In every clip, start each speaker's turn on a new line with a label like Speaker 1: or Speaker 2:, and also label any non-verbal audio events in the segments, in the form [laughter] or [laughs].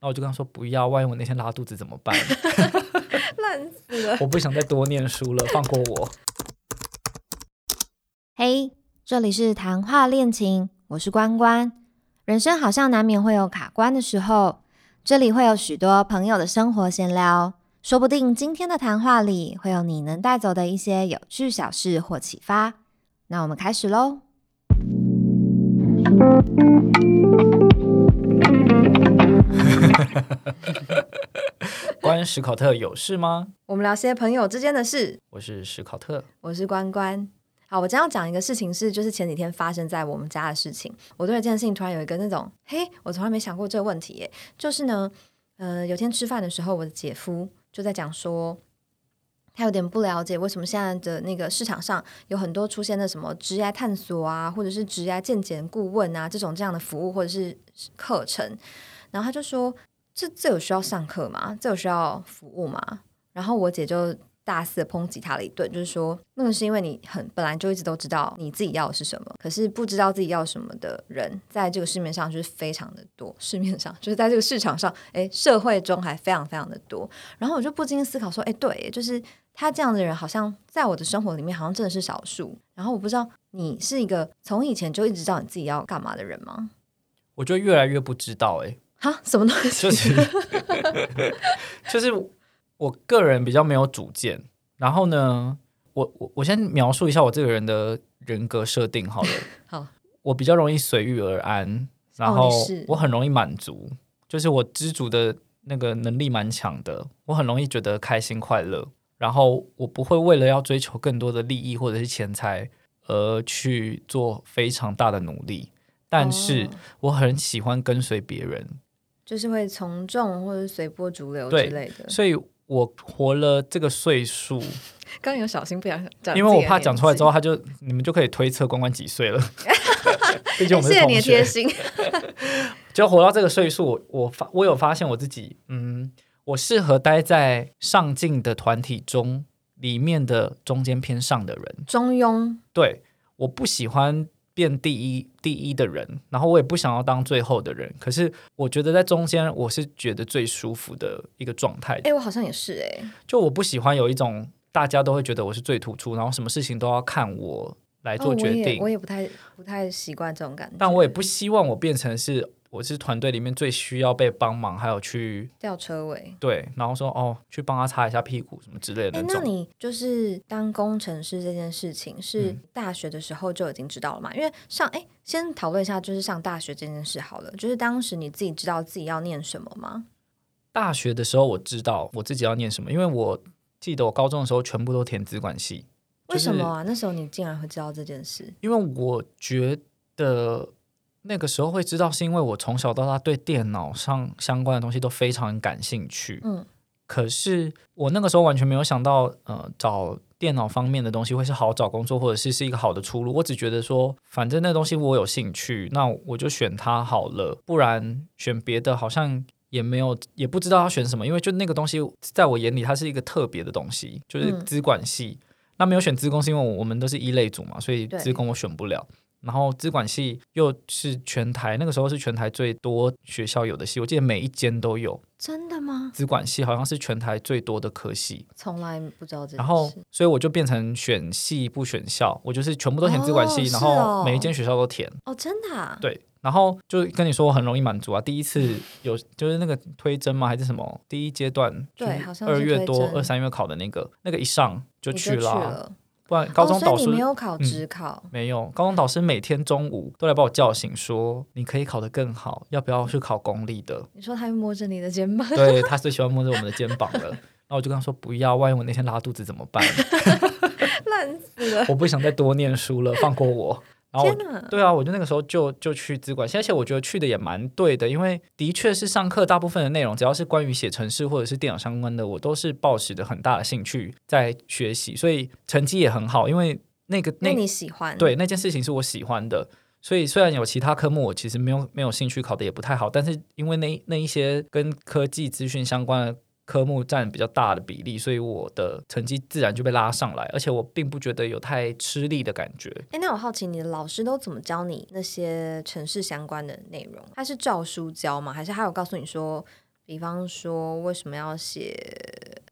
Speaker 1: 后我就跟他说不要，万一我那天拉肚子怎么办？
Speaker 2: [laughs] 烂死了。
Speaker 1: 我不想再多念书了，放过我。
Speaker 3: 嘿、这里是谈话恋情，我是关关。人生好像难免会有卡关的时候，这里会有许多朋友的生活闲聊，说不定今天的谈话里会有你能带走的一些有趣小事或启发。那我们开始喽。
Speaker 1: 关于史考特有事吗？
Speaker 2: 我们聊些朋友之间的事。
Speaker 1: 我是史考特，
Speaker 2: 我是关关。好，我今天要讲一个事情是，就是前几天发生在我们家的事情。我对这件事情突然有一个那种，嘿，我从来没想过这个问题耶。就是呢，呃，有天吃饭的时候，我的姐夫就在讲说，他有点不了解为什么现在的那个市场上有很多出现的什么职业探索啊，或者是职业健检顾问啊这种这样的服务或者是课程。然后他就说，这这有需要上课吗？这有需要服务吗？然后我姐就大肆地抨击他了一顿，就是说那个是因为你很本来就一直都知道你自己要的是什么，可是不知道自己要什么的人，在这个市面上就是非常的多，市面上就是在这个市场上，诶，社会中还非常非常的多。然后我就不禁思考说，诶，对，就是他这样的人，好像在我的生活里面好像真的是少数。然后我不知道你是一个从以前就一直知道你自己要干嘛的人吗？
Speaker 1: 我就越来越不知道哎、欸
Speaker 2: 哈，什么东西？
Speaker 1: [laughs] 就是就是我个人比较没有主见。然后呢，我我我先描述一下我这个人的人格设定好了。
Speaker 2: [laughs] 好，
Speaker 1: 我比较容易随遇而安，然
Speaker 2: 哦
Speaker 1: 后
Speaker 2: 你是
Speaker 1: 我很容易满足，就是我知足的那个能力蛮强的。我很容易觉得开心快乐，然后我不会为了要追求更多的利益或者是钱财而去做非常大的努力。但是
Speaker 2: 哦
Speaker 1: 我很喜欢跟随别人，
Speaker 2: 就是会从众或者随波逐流之
Speaker 1: 对
Speaker 2: 类的。
Speaker 1: 所以我活了这个岁数，
Speaker 2: 刚刚有小心不想讲，
Speaker 1: 因为我怕讲出来之后，他就你们就可以推测关关几岁了。毕竟我们
Speaker 2: 谢
Speaker 1: 是
Speaker 2: 谢你
Speaker 1: 同
Speaker 2: 的贴
Speaker 1: 学，
Speaker 2: 心。
Speaker 1: 就活到这个岁数，我我发我有发现我自己，嗯，我适合待在上进的团体中里面的中间偏上的人。
Speaker 2: [laughs] 中庸，
Speaker 1: 对，我不喜欢变第一第一的人，然后我也不想要当最后的人。可是我觉得在中间，我是觉得最舒服的一个状态
Speaker 2: 哎、。我好像也是哎、
Speaker 1: 就我不喜欢有一种大家都会觉得我是最突出，然后什么事情都要看我来做
Speaker 2: 哦
Speaker 1: 决
Speaker 2: 我也
Speaker 1: 定。
Speaker 2: 我也不太不太习惯这种感觉。
Speaker 1: 但我也不希望我变成是我是团队里面最需要被帮忙，还有去
Speaker 2: 掉车尾。
Speaker 1: 对，然后说哦，去帮他擦一下屁股什么之类的
Speaker 2: 哎、
Speaker 1: 那
Speaker 2: 那
Speaker 1: 种。
Speaker 2: 你就是当工程师这件事情，是
Speaker 1: 嗯
Speaker 2: 大学的时候就已经知道了嘛？因为上哎、先讨论一下，就是上大学这件事好了。就是当时你自己知道自己要念什么吗？
Speaker 1: 大学的时候我知道我自己要念什么，因为我记得我高中的时候全部都填资管系，
Speaker 2: 为什
Speaker 1: 就是
Speaker 2: 么啊？那时候你竟然会知道这件事？
Speaker 1: 因为我觉得那个时候会知道，是因为我从小到大对电脑上相关的东西都非常感兴趣。
Speaker 2: 嗯，
Speaker 1: 可是我那个时候完全没有想到，呃，找电脑方面的东西会是好找工作，或者是是一个好的出路。我只觉得说，反正那东西我有兴趣，那我就选它好了，不然选别的好像。也没有，也不知道要选什么，因为就那个东西，在我眼里它是一个特别的东西，就是
Speaker 2: 嗯
Speaker 1: 资管系。那没有选资工是因为我们都是一类组嘛，所以
Speaker 2: 对
Speaker 1: 资工我选不了。然后资管系又是全台那个时候是全台最多学校有的系，我记得每一间都有。
Speaker 2: 真的吗？
Speaker 1: 资管系好像是全台最多的科系，
Speaker 2: 从来不知道这件事。
Speaker 1: 然后所以我就变成选系不选校，我就是全部都填资管系，
Speaker 2: 哦
Speaker 1: 然
Speaker 2: 是
Speaker 1: 后
Speaker 2: 哦
Speaker 1: 每一间学校都填，
Speaker 2: 哦，真的、啊？
Speaker 1: 对，然后就跟你说我很容易满足啊，第一次有就是那个推甄吗还是什么第一阶段，
Speaker 2: 对
Speaker 1: 就是
Speaker 2: 好像是
Speaker 1: 二月多
Speaker 2: 推甄
Speaker 1: 二三月考的那个那个一上就
Speaker 2: 你
Speaker 1: 去
Speaker 2: 就去
Speaker 1: 了啊，
Speaker 2: 了。
Speaker 1: 不然高中
Speaker 2: 哦、
Speaker 1: 导
Speaker 2: 所以
Speaker 1: 师、
Speaker 2: 你没有考
Speaker 1: 嗯
Speaker 2: 职考，？
Speaker 1: 没有，高中导师每天中午都来把我叫醒，说你可以考得更好，要不要去考公立的
Speaker 2: [laughs] 你说他会摸着你的肩膀， [laughs]
Speaker 1: 对他最喜欢摸着我们的肩膀了。然后我就跟他说不要，万一我那天拉肚子怎么
Speaker 2: [laughs]
Speaker 1: 办？
Speaker 2: 烂死了！
Speaker 1: 我不想再多念书了，放过我。然后
Speaker 2: 天
Speaker 1: 我
Speaker 2: 哪！
Speaker 1: 对啊，我就那个时候就就去资管系，而且我觉得去的也蛮对的，因为的确是上课大部分的内容，只要是关于写程式或者是电脑相关的，我都是抱持着很大的兴趣在学习，所以成绩也很好，因为那个
Speaker 2: 那
Speaker 1: 那
Speaker 2: 你喜欢？
Speaker 1: 对，那件事情是我喜欢的，所以虽然有其他科目我其实没有没有兴趣，考的也不太好，但是因为那那一些跟科技资讯相关的科目占比较大的比例，所以我的成绩自然就被拉上来，而且我并不觉得有太吃力的感觉。
Speaker 2: 哎，那我好奇你的老师都怎么教你那些城市相关的内容？他是照书教吗？还是他有告诉你说，比方说为什么要写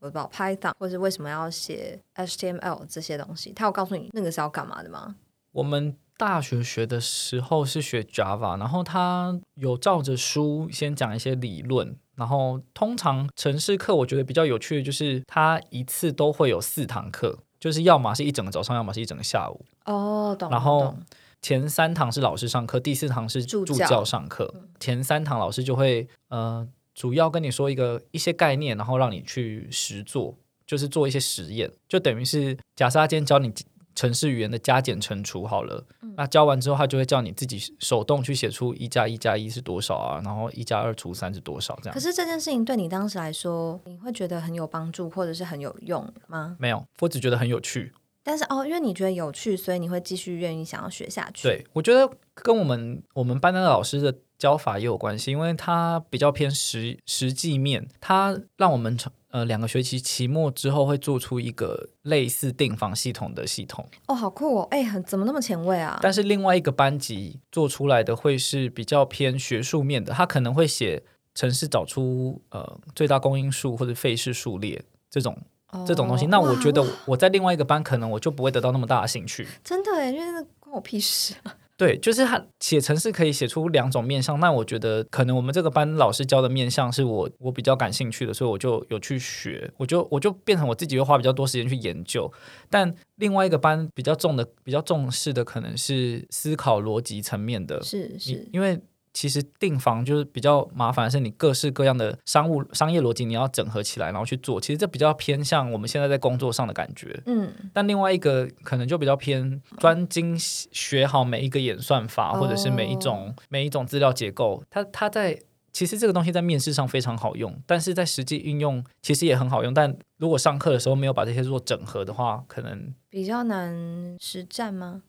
Speaker 2: 我不知道 Python，或者为什么要写 HTML 这些东西，他有告诉你那个是要干嘛的吗？
Speaker 1: 我们大学学的时候是学 Java，然后它有照着书先讲一些理论，然后通常城市课我觉得比较有趣的就是它一次都会有四堂课，就是要么是一整个早上，要么是一整个下午。
Speaker 2: 哦，懂。
Speaker 1: 然后
Speaker 2: 懂
Speaker 1: 前三堂是老师上课，第四堂是
Speaker 2: 助
Speaker 1: 助
Speaker 2: 教嗯
Speaker 1: 教上课。前三堂老师就会呃，主要跟你说一个一些概念，然后让你去实做，就是做一些实验，就等于是假设他今天教你程式语言的加减乘除好了，
Speaker 2: 嗯
Speaker 1: 那教完之后他就会叫你自己手动去写出一加一加一是多少啊，然后一加二除三是多少这样
Speaker 2: 可。是这件事情对你当时来说，你会觉得很有帮助，或者是很有用吗？
Speaker 1: 没有，我只觉得很有趣。
Speaker 2: 但是哦，因为你觉得有趣，所以你会继续愿意想要学下去。，
Speaker 1: 对，我觉得跟我们我们班的老师的教法也有关系，因为他比较偏实实际面，他让我们从呃两个学期期末之后会做出一个类似订房系统的系统，
Speaker 2: 哦，好酷哦！哎，很怎么那么前卫啊？
Speaker 1: 但是另外一个班级做出来的会是比较偏学术面的，他可能会写城市找出呃最大公因数或者费氏数列这种。这种东西，
Speaker 2: 哦
Speaker 1: 那
Speaker 2: 哇
Speaker 1: 我觉得我在另外一个班，可能我就不会得到那么大的兴趣。
Speaker 2: 真的哎，因为那关我
Speaker 1: [laughs]
Speaker 2: 屁事。啊
Speaker 1: 对，就是他写程式可以写出两种面向，那我觉得可能我们这个班老师教的面向是我我比较感兴趣的，所以我就有去学，我就我就变成我自己会花比较多时间去研究。但另外一个班比较重的、比较重视的可能是思考逻辑层面的，
Speaker 2: 是
Speaker 1: 你
Speaker 2: 是，
Speaker 1: 因为其实订房就是比较麻烦，是你各式各样的商务商业逻辑你要整合起来，然后去做。其实这比较偏向我们现在在工作上的感觉。
Speaker 2: 嗯，
Speaker 1: 但另外一个可能就比较偏专精学好每一个演算法，
Speaker 2: 哦
Speaker 1: 或者是每一种每一种资料结构，它它在。其实这个东西在面试上非常好用，但是在实际应用其实也很好用。但如果上课的时候没有把这些做整合的话，可能
Speaker 2: 比较难实战吗？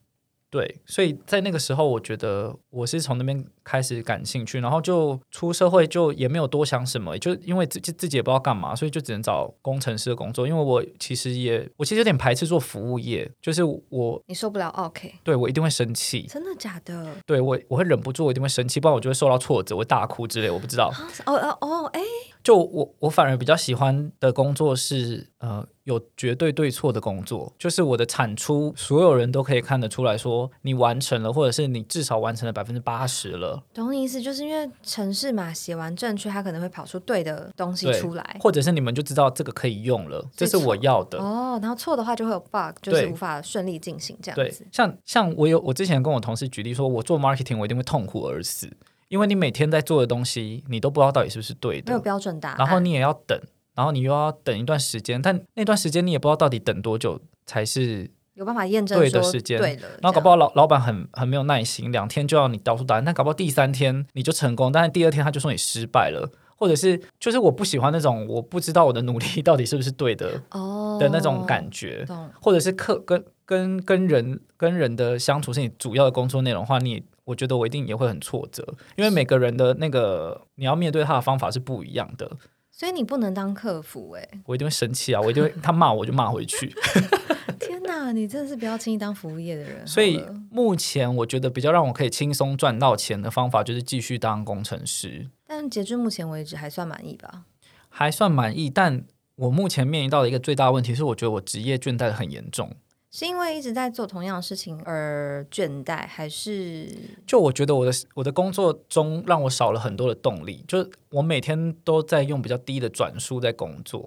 Speaker 1: 对，所以在那个时候，我觉得我是从那边开始感兴趣，然后就出社会就也没有多想什么，就因为自己自己也不知道干嘛，所以就只能找工程师的工作。因为我其实也我其实有点排斥做服务业，就是我
Speaker 2: 你受不了？OK，哦
Speaker 1: 对我一定会生气，
Speaker 2: 真的假的？
Speaker 1: 对我我会忍不住，我一定会生气，不然我就会受到挫折，我会大哭之类，我不知道。
Speaker 2: 啊，哦哦哦，哎，
Speaker 1: 就我我反而比较喜欢的工作是呃有绝对对错的工作，就是我的产出所有人都可以看得出来说你完成了，或者是你至少完成了百分之八十了，
Speaker 2: 懂你意思，就是因为城市嘛，写完正确，它可能会跑出对的东西
Speaker 1: 对
Speaker 2: 出来。
Speaker 1: 或者是你们就知道这个可以用了，这是我要的。
Speaker 2: 哦，然后错的话就会有 bug，就是
Speaker 1: 对
Speaker 2: 无法顺利进行这样
Speaker 1: 对
Speaker 2: 子。，
Speaker 1: 像像我有我之前跟我同事举例说，我做 marketing 我一定会痛苦而死，因为你每天在做的东西，你都不知道到底是不是对
Speaker 2: 没有
Speaker 1: 的，
Speaker 2: 标准答案。
Speaker 1: 然后你也要等，然后你又要等一段时间，但那段时间你也不知道到底等多久才是
Speaker 2: 有办法验证
Speaker 1: 对的
Speaker 2: 说
Speaker 1: 时间
Speaker 2: 对了，
Speaker 1: 然后搞不
Speaker 2: 好
Speaker 1: 好老老板很很没有耐心，两天就要你导出答案，但搞不好第三天你就成功，但是第二天他就说你失败了，或者是就是我不喜欢那种我不知道我的努力到底是不是对的
Speaker 2: 哦
Speaker 1: 的那种感觉，
Speaker 2: 懂
Speaker 1: 或者是客跟跟跟人跟人的相处是你主要的工作内容的话，你我觉得我一定也会很挫折，因为每个人的那个你要面对他的方法是不一样的，
Speaker 2: 所以你不能当客服哎、
Speaker 1: 我一定会生气啊，我一定会他骂我就骂回去。
Speaker 2: [laughs] 天哪，你真的是不要轻易当服务业的人。
Speaker 1: 所以
Speaker 2: 好了
Speaker 1: 目前我觉得比较让我可以轻松赚到钱的方法，就是继续当工程师，
Speaker 2: 但截至目前为止还算满意吧？
Speaker 1: 还算满意。但我目前面临到的一个最大问题是，我觉得我职业倦怠得很严重。
Speaker 2: 是因为一直在做同样的事情而倦怠，还是
Speaker 1: 就我觉得我的我的工作中让我少了很多的动力，就是我每天都在用比较低的转速在工作，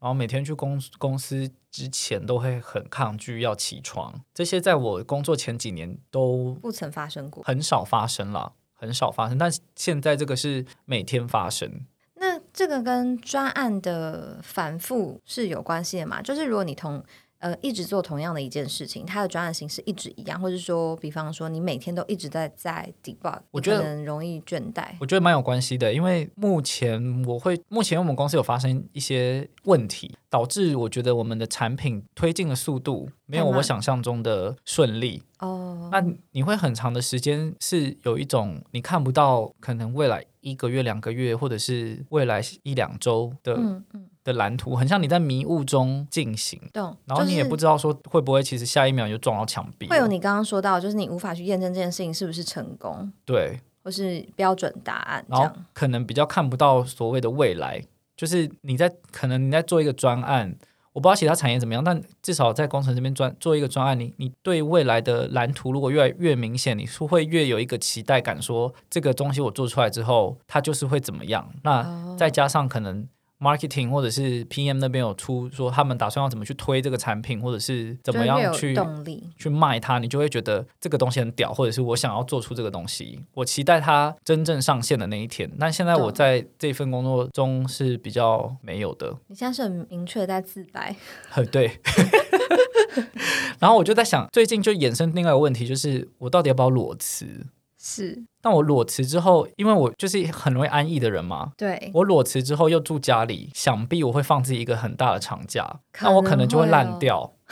Speaker 1: 然后每天去公公司之前都会很抗拒要起床，这些在我工作前几年都
Speaker 2: 不曾发生过？
Speaker 1: 很少发生了，很少发生。但是现在这个是每天发生。
Speaker 2: 那这个跟专案的反复是有关系的嘛？就是如果你同呃一直做同样的一件事情，它的专案形式一直一样，或者说，比方说你每天都一直在在 debug，
Speaker 1: 我觉得
Speaker 2: 你可能容易倦怠。
Speaker 1: 我觉得蛮有关系的，因为目前我会，目前我们公司有发生一些问题，导致我觉得我们的产品推进的速度没有
Speaker 2: 太慢
Speaker 1: 我想象中的顺利。
Speaker 2: 哦，
Speaker 1: 那你会很长的时间是有一种你看不到可能未来一个月、两个月，或者是未来一两周的、
Speaker 2: 嗯嗯，
Speaker 1: 的蓝图，很像你在迷雾中进行，
Speaker 2: 懂。
Speaker 1: 然后你也
Speaker 2: 就是
Speaker 1: 不知道说会不会其实下一秒你就撞到墙壁了，
Speaker 2: 会有你刚刚说到，就是你无法去验证这件事情是不是成功，
Speaker 1: 对。
Speaker 2: 或或是标准答案这
Speaker 1: 然后
Speaker 2: 样。
Speaker 1: 可能比较看不到所谓的未来，就是你在可能你在做一个专案，我不知道其他产业怎么样，但至少在工程这边专做一个专案，你你对未来的蓝图如果越来越明显，你是会越有一个期待感说，这个东西我做出来之后，它就是会怎么样。那
Speaker 2: 哦
Speaker 1: 再加上可能 marketing 或者是 PM 那边有出说他们打算要怎么去推这个产品，或者是怎么
Speaker 2: 就
Speaker 1: 样
Speaker 2: 是越
Speaker 1: 去
Speaker 2: 有动力？
Speaker 1: 去卖它，你就会觉得这个东西很屌，或者是我想要做出这个东西，我期待它真正上线的那一天。但现在
Speaker 2: 懂
Speaker 1: 我在这份工作中是比较没有的， [laughs]
Speaker 2: 你现在是很明确的在自白， [laughs]
Speaker 1: 很对。 [laughs] 然后我就在想，最近就衍生另外一个问题，就是我到底要不要裸辞？
Speaker 2: 是
Speaker 1: 但我裸辞之后，因为我就是很容易安逸的人嘛，
Speaker 2: 对，
Speaker 1: 我裸辞之后又住家里，想必我会放自己一个很大的长假，
Speaker 2: 可
Speaker 1: 那我可
Speaker 2: 能
Speaker 1: 能就会
Speaker 2: 会
Speaker 1: 烂
Speaker 2: 哦
Speaker 1: 掉。
Speaker 2: [laughs]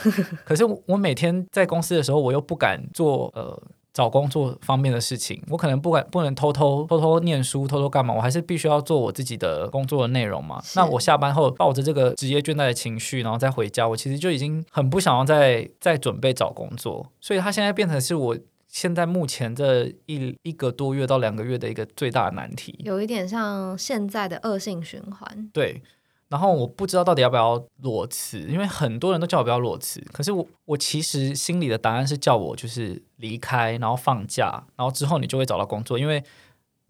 Speaker 1: 可是我我每天在公司的时候，我又不敢做呃找工作方面的事情，我可能不敢不能偷偷偷偷念书，偷偷干嘛，我还是必须要做我自己的工作的内容嘛。
Speaker 2: 是
Speaker 1: 那我下班后抱着这个职业倦怠的情绪，然后再回家，我其实就已经很不想要再再准备找工作，所以他现在变成是我。现在目前这一一个多月到两个月的一个最大的难题，
Speaker 2: 有一点像现在的恶性循环。
Speaker 1: 对，然后我不知道到底要不要裸辞，因为很多人都叫我不要裸辞，可是我我其实心里的答案是叫我就是离开，然后放假，然后之后你就会找到工作，因为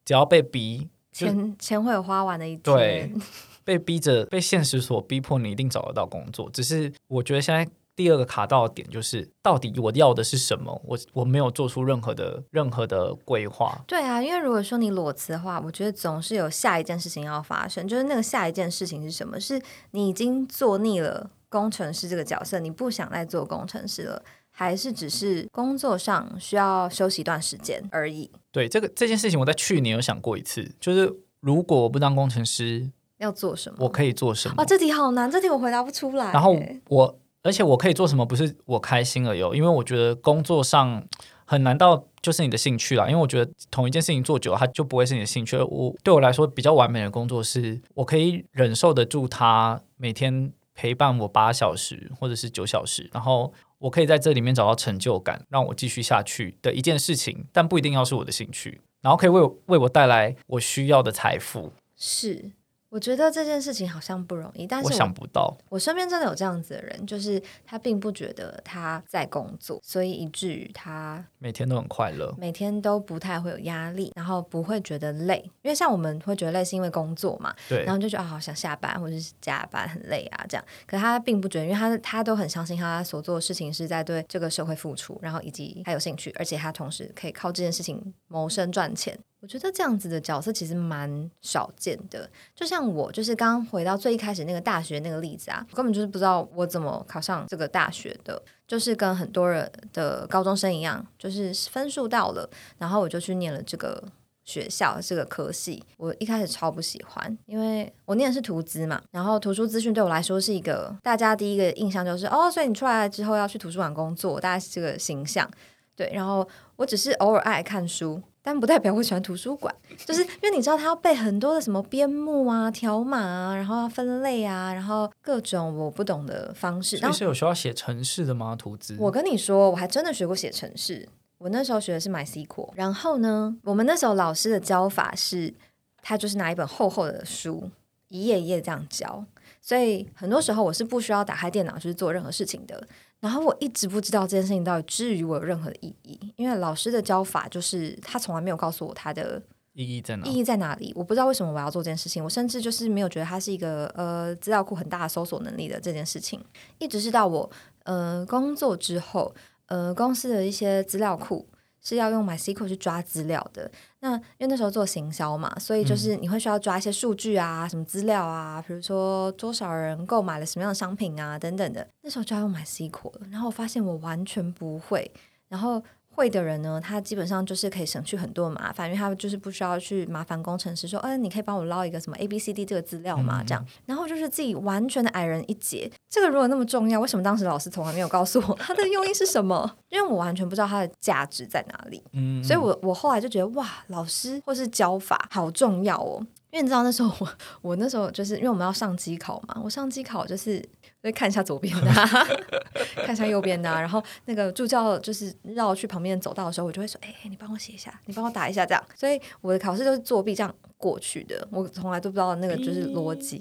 Speaker 1: 只要被逼，就
Speaker 2: 钱钱会有花完的一
Speaker 1: 对
Speaker 2: 天，
Speaker 1: 被逼着被现实所逼迫，你一定找得到工作。只是我觉得现在。第二个卡到的点就是，到底我要的是什么？我我没有做出任何的任何的规划，
Speaker 2: [laughs] 对啊，因为如果说你裸辞的话，我觉得总是有下一件事情要发生。就是那个下一件事情是什么？是你已经做腻了工程师这个角色，你不想再做工程师了，还是只是工作上需要休息一段时间而已？
Speaker 1: 对这个这件事情，我在去年有想过一次，就是如果我不当工程师，
Speaker 2: 要做什么？
Speaker 1: 我可以做什么？
Speaker 2: 哦，这题好难，这题我回答不出来耶。欸
Speaker 1: 然后我，而且我可以做什么？不是我开心而已哦，因为我觉得工作上很难到就是你的兴趣啦。因为我觉得同一件事情做久了，它就不会是你的兴趣。而我对我来说比较完美的工作是，我可以忍受得住它每天陪伴我八小时或者是九小时，然后。我可以在这里面找到成就感，让我继续下去的一件事情，但不一定要是我的兴趣，然后可以为我为我带来我需要的财富。
Speaker 2: 是，我觉得这件事情好像不容易，但是
Speaker 1: 我
Speaker 2: 我
Speaker 1: 想不到，
Speaker 2: 我身边真的有这样子的人，就是他并不觉得他在工作，所以以至于他
Speaker 1: 每天都很快乐。
Speaker 2: 每天都不太会有压力，然后不会觉得累。因为像我们会觉得累，是因为工作嘛，
Speaker 1: 对
Speaker 2: 然，后就觉得啊、好想下班或者是加班很累啊这样。可他并不觉得，因为他他都很相信他所做的事情是在对这个社会付出，然后以及他有兴趣，而且他同时可以靠这件事情谋生赚钱。我觉得这样子的角色其实蛮少见的。就像我，就是刚回到最一开始那个大学那个例子啊，我根本就是不知道我怎么考上这个大学的。就是跟很多人的高中生一样，就是分数到了，然后我就去念了这个学校这个科系，我一开始超不喜欢，因为我念的是图资嘛，然后图书资讯对我来说是一个大家第一个印象就是哦，所以你出来之后要去图书馆工作，大概是这个形象。对，然后我只是偶尔爱看书，但不代表我喜欢图书馆，就是因为你知道它要背很多的什么编目啊、条码啊，然后要分类啊，然后各种我不懂的方式。
Speaker 1: 所
Speaker 2: 然
Speaker 1: 以
Speaker 2: 后
Speaker 1: 是有需要写城市的吗？图资？
Speaker 2: 我跟你说，我还真的学过写程式。我那时候学的是 MySQL，然后呢，我们那时候老师的教法是，他就是拿一本厚厚的书，一页一页这样教。所以很多时候我是不需要打开电脑去做任何事情的。然后我一直不知道这件事情到底至于我有任何的意义，因为老师的教法就是他从来没有告诉我他的
Speaker 1: 意义在哪？
Speaker 2: 意义在哪里？我不知道为什么我要做这件事情，我甚至就是没有觉得它是一个呃资料库很大的搜索能力的这件事情，一直是到我呃工作之后，呃公司的一些资料库。是要用 MySQL 去抓资料的。那因为那时候做行销嘛，所以就是你会需要抓一些数据啊、什么资料啊，比如说多少人购买了什么样的商品啊等等的。那时候就要用 MySQL，了然后我发现我完全不会，然后会的人呢，他基本上就是可以省去很多麻烦，因为他就是不需要去麻烦工程师说，嗯、你可以帮我捞一个什么 A B C D 这个资料嘛，这样。然后就是自己完全的矮人一截。这个如果那么重要，为什么当时老师从来没有告诉我它的用意是什么？因为我完全不知道它的价值在哪里。
Speaker 1: 嗯
Speaker 2: 所以我我后来就觉得哇，老师或是教法好重要哦。因因为你知道那时候我 [laughs] 我那时候就是因为我们要上机考嘛，我上机考就是会看一下左边的啊、 [laughs] 看一下右边的啊、然后那个助教就是绕去旁边走道的时候，我就会说：“哎、哎你帮我写一下，你帮我打一下。”这样，所以我的考试都是作弊这样过去的，我从来都不知道那个就是逻
Speaker 1: [laughs]
Speaker 2: 辑。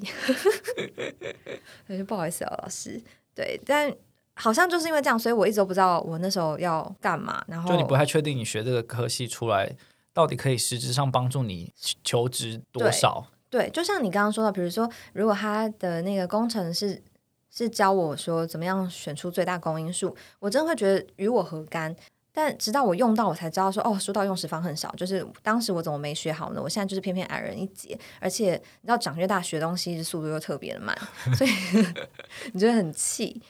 Speaker 2: 所以就不好意思啊，老师。对，但好像就是因为这样，所以我一直都不知道我那时候要干嘛。然后
Speaker 1: 就你不太确定你学这个科系出来到底可以实质上帮助你求职多
Speaker 2: 对
Speaker 1: 少。
Speaker 2: 对，就像你刚刚说到，比如说，如果他的那个工程是是教我说怎么样选出最大公因数，我真的会觉得与我何干。但直到我用到，我才知道说哦，书到用时方恨少。就是当时我怎么没学好呢？我现在就是偏偏矮人一截，而且你知道长越大学东西速度又特别的慢，所以你就会很气。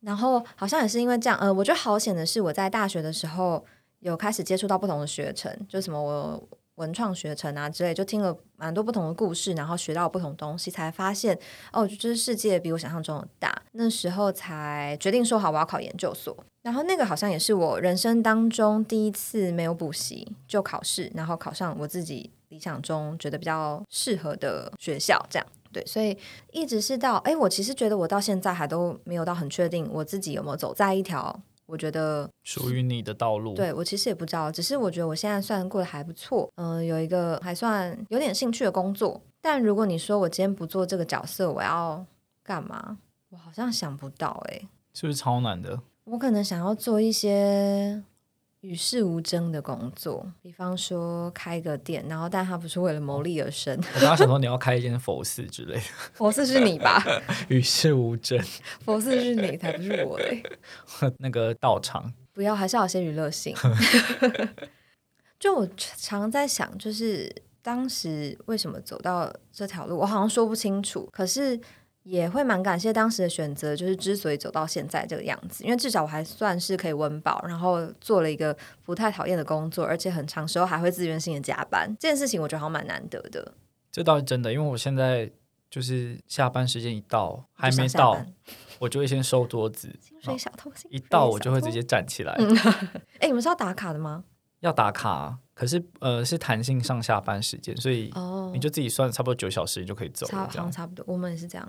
Speaker 2: 然后好像也是因为这样，呃，我觉得好险的是我在大学的时候有开始接触到不同的学程，就什么我文创学程啊之类，就听了蛮多不同的故事，然后学到不同东西，才发现哦，就是世界比我想象中的大。那时候才决定说好我要考研究所，然后那个好像也是我人生当中第一次没有补习就考试，然后考上我自己理想中觉得比较适合的学校，这样。对，所以一直是到哎，我其实觉得我到现在还都没有到很确定我自己有没有走在一条我觉得
Speaker 1: 属于你的道路，
Speaker 2: 对我其实也不知道，只是我觉得我现在算过得还不错，嗯、有一个还算有点兴趣的工作。但如果你说我今天不做这个角色，我要干嘛？我好像想不到诶、
Speaker 1: 是不是超难的？
Speaker 2: 我可能想要做一些与世无争的工作，比方说开个店，然后但它不是为了谋利而生。 [laughs]
Speaker 1: 我刚刚想说你要开一间佛寺之类的，
Speaker 2: 佛寺是你吧？ [laughs]
Speaker 1: 与世无争，
Speaker 2: 佛寺是你，才不是我嘞、
Speaker 1: 那个道场。
Speaker 2: 不要，还是要有些娱乐性。 [laughs] 就我常在想，就是当时为什么走到这条路，我好像说不清楚。可是也会蛮感谢当时的选择，就是之所以走到现在这个样子，因为至少我还算是可以温饱，然后做了一个不太讨厌的工作，而且很长时候还会自愿性的加班，这件事情我觉得好像蛮难得的。
Speaker 1: 这倒是真的，因为我现在就是下班时间一到，还
Speaker 2: 就
Speaker 1: 没
Speaker 2: 想下
Speaker 1: 到
Speaker 2: 班，
Speaker 1: 我就会先收桌子，
Speaker 2: 薪水小偷，薪水
Speaker 1: 一到
Speaker 2: 小
Speaker 1: 我就会
Speaker 2: 偷
Speaker 1: 直。接站起来，
Speaker 2: 哎、你们是要打卡的吗？
Speaker 1: 要打卡。可是呃，是弹性上下班时间，所以
Speaker 2: 哦，
Speaker 1: 你就自己算差不多九小时，你就可以走
Speaker 2: 差
Speaker 1: 了。
Speaker 2: 好
Speaker 1: 这样
Speaker 2: 像，差不多，我们也是这样。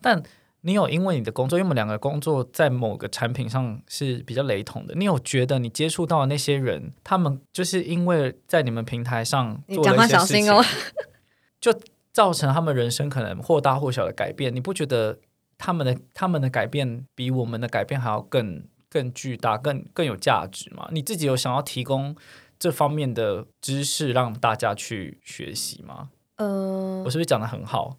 Speaker 1: 但你有因为你的工作，因为我们两个工作在某个产品上是比较雷同的，你有觉得你接触到的那些人，他们就是因为在你们平台上
Speaker 2: 你
Speaker 1: 做
Speaker 2: 讲
Speaker 1: 了
Speaker 2: 话
Speaker 1: 一些
Speaker 2: 小
Speaker 1: 事
Speaker 2: 心
Speaker 1: 情，
Speaker 2: 哦。
Speaker 1: [laughs] 就造成他们人生可能或大或小的改变，你不觉得他们的他们的改变比我们的改变还要更更巨大、更更有价值吗？你自己有想要提供这方面的知识让大家去学习吗？
Speaker 2: 嗯、
Speaker 1: 我是不是讲的很好？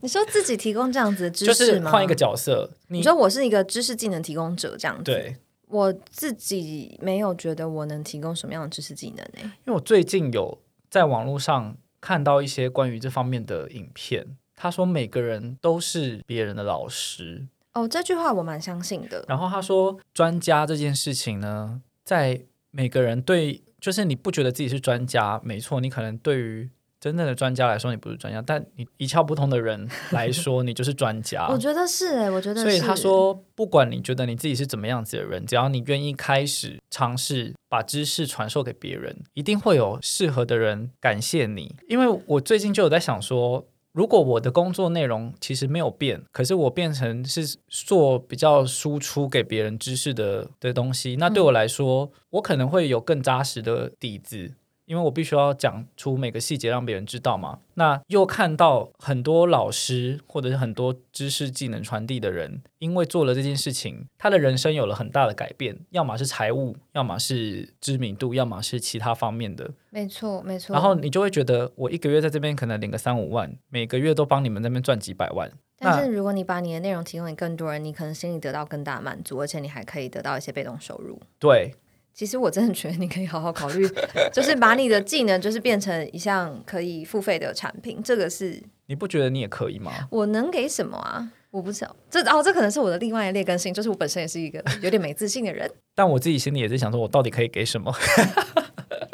Speaker 2: 你说自己提供这样子的知
Speaker 1: 就
Speaker 2: 识
Speaker 1: 是
Speaker 2: 吗？
Speaker 1: 换一个角色，
Speaker 2: 你
Speaker 1: 你
Speaker 2: 说我是一个知识技能提供者这样子，，
Speaker 1: 对。
Speaker 2: 我自己没有觉得我能提供什么样的知识技能欸诶、
Speaker 1: 因为我最近有在网络上看到一些关于这方面的影片，他说每个人都是别人的老师，
Speaker 2: 哦，这句话我蛮相信的，
Speaker 1: 然后他说专家这件事情呢，在每个人对，就是你不觉得自己是专家，没错，你可能对于真正的专家来说你不是专家，但你一窍不通的人来说，你就是专家。
Speaker 2: [laughs] 我觉得是诶、我觉得是。
Speaker 1: 啊所以他说，不管你觉得你自己是怎么样子的人，只要你愿意开始尝试把知识传授给别人，一定会有适合的人感谢你。因为我最近就有在想说，如果我的工作内容其实没有变，可是我变成是做比较输出给别人知识的的东西，那对我来说，我可能会有更扎实的底子。因为我必须要讲出每个细节让别人知道嘛。那又看到很多老师或者是很多知识技能传递的人，因为做了这件事情，他的人生有了很大的改变，要么是财务，要么是知名度，要么是其他方面的。
Speaker 2: 没错，没错。
Speaker 1: 然后，你就会觉得，我一个月在这边可能领个三五万，每个月都帮你们那边赚几百万。
Speaker 2: 但是如果你把你的内容提供给更多人，你可能心里得到更大的满足，而且你还可以得到一些被动收入。
Speaker 1: 对，
Speaker 2: 其实我真的觉得你可以好好考
Speaker 1: [laughs]
Speaker 2: 虑，就是把你的技能就是变成一项可以付费的产品，这个是
Speaker 1: 你不觉得你也可以吗？
Speaker 2: 我能给什么啊？我不知道，这哦，这可能是我的另外一劣根性，就是我本身也是 [laughs] 一个有点没自信的人。
Speaker 1: 但我自己心里也在想，说我到底可以给什么？ [laughs]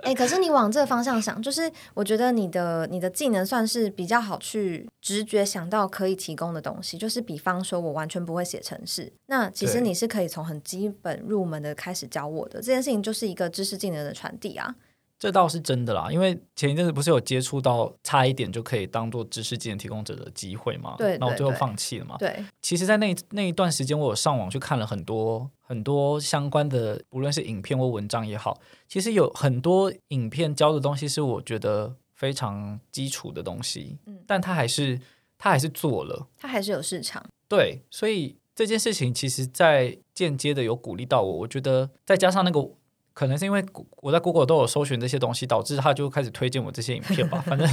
Speaker 2: 哎、可是你往这个方向想，就是我觉得你的你的技能算是比较好去直觉想到可以提供的东西，就是比方说我完全不会写程式，那其实
Speaker 1: 对
Speaker 2: 你是可以从很基本入门的开始教我的，这件事情就是一个知识技能的传递啊。
Speaker 1: 这倒是真的啦，因为前一阵子不是有接触到差一点就可以当做知识技能提供者的机会嘛，
Speaker 2: 对
Speaker 1: 那我
Speaker 2: 对
Speaker 1: 最后
Speaker 2: 对
Speaker 1: 放弃了嘛。
Speaker 2: 对，
Speaker 1: 其实，在那一那一段时间，我有上网去看了很多很多相关的，无论是影片或文章也好，其实有很多影片教的东西是我觉得非常基础的东西，
Speaker 2: 嗯
Speaker 1: 但他还是他还是做了，
Speaker 2: 它还是有市场。
Speaker 1: 对，所以这件事情其实，在间接的有鼓励到我。我觉得再加上那个，可能是因为谷我在 Google 都有搜寻这些东西，导致他就开始推荐我这些影片吧。 [laughs] 反正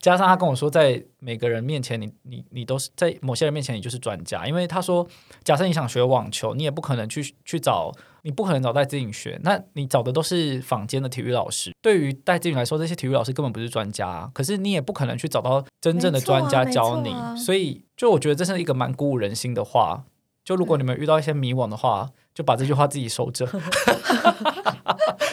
Speaker 1: 加上他跟我说，在每个人面前你，你你都是在某些人面前，你就是专家。因为他说，假设你想学网球，你也不可能去去找，你不可能找戴志颖学，那你找的都是坊间的体育老师。对于戴志颖来说，这些体育老师根本不是专家、啊，可是你也不可能去找到真正的
Speaker 2: 没错啊
Speaker 1: 专家教
Speaker 2: 没
Speaker 1: 你，
Speaker 2: 错啊
Speaker 1: 所以就我觉得这是一个蛮鼓舞人心的话。就如果你们遇到一些迷惘的话，就把这句话自己收着，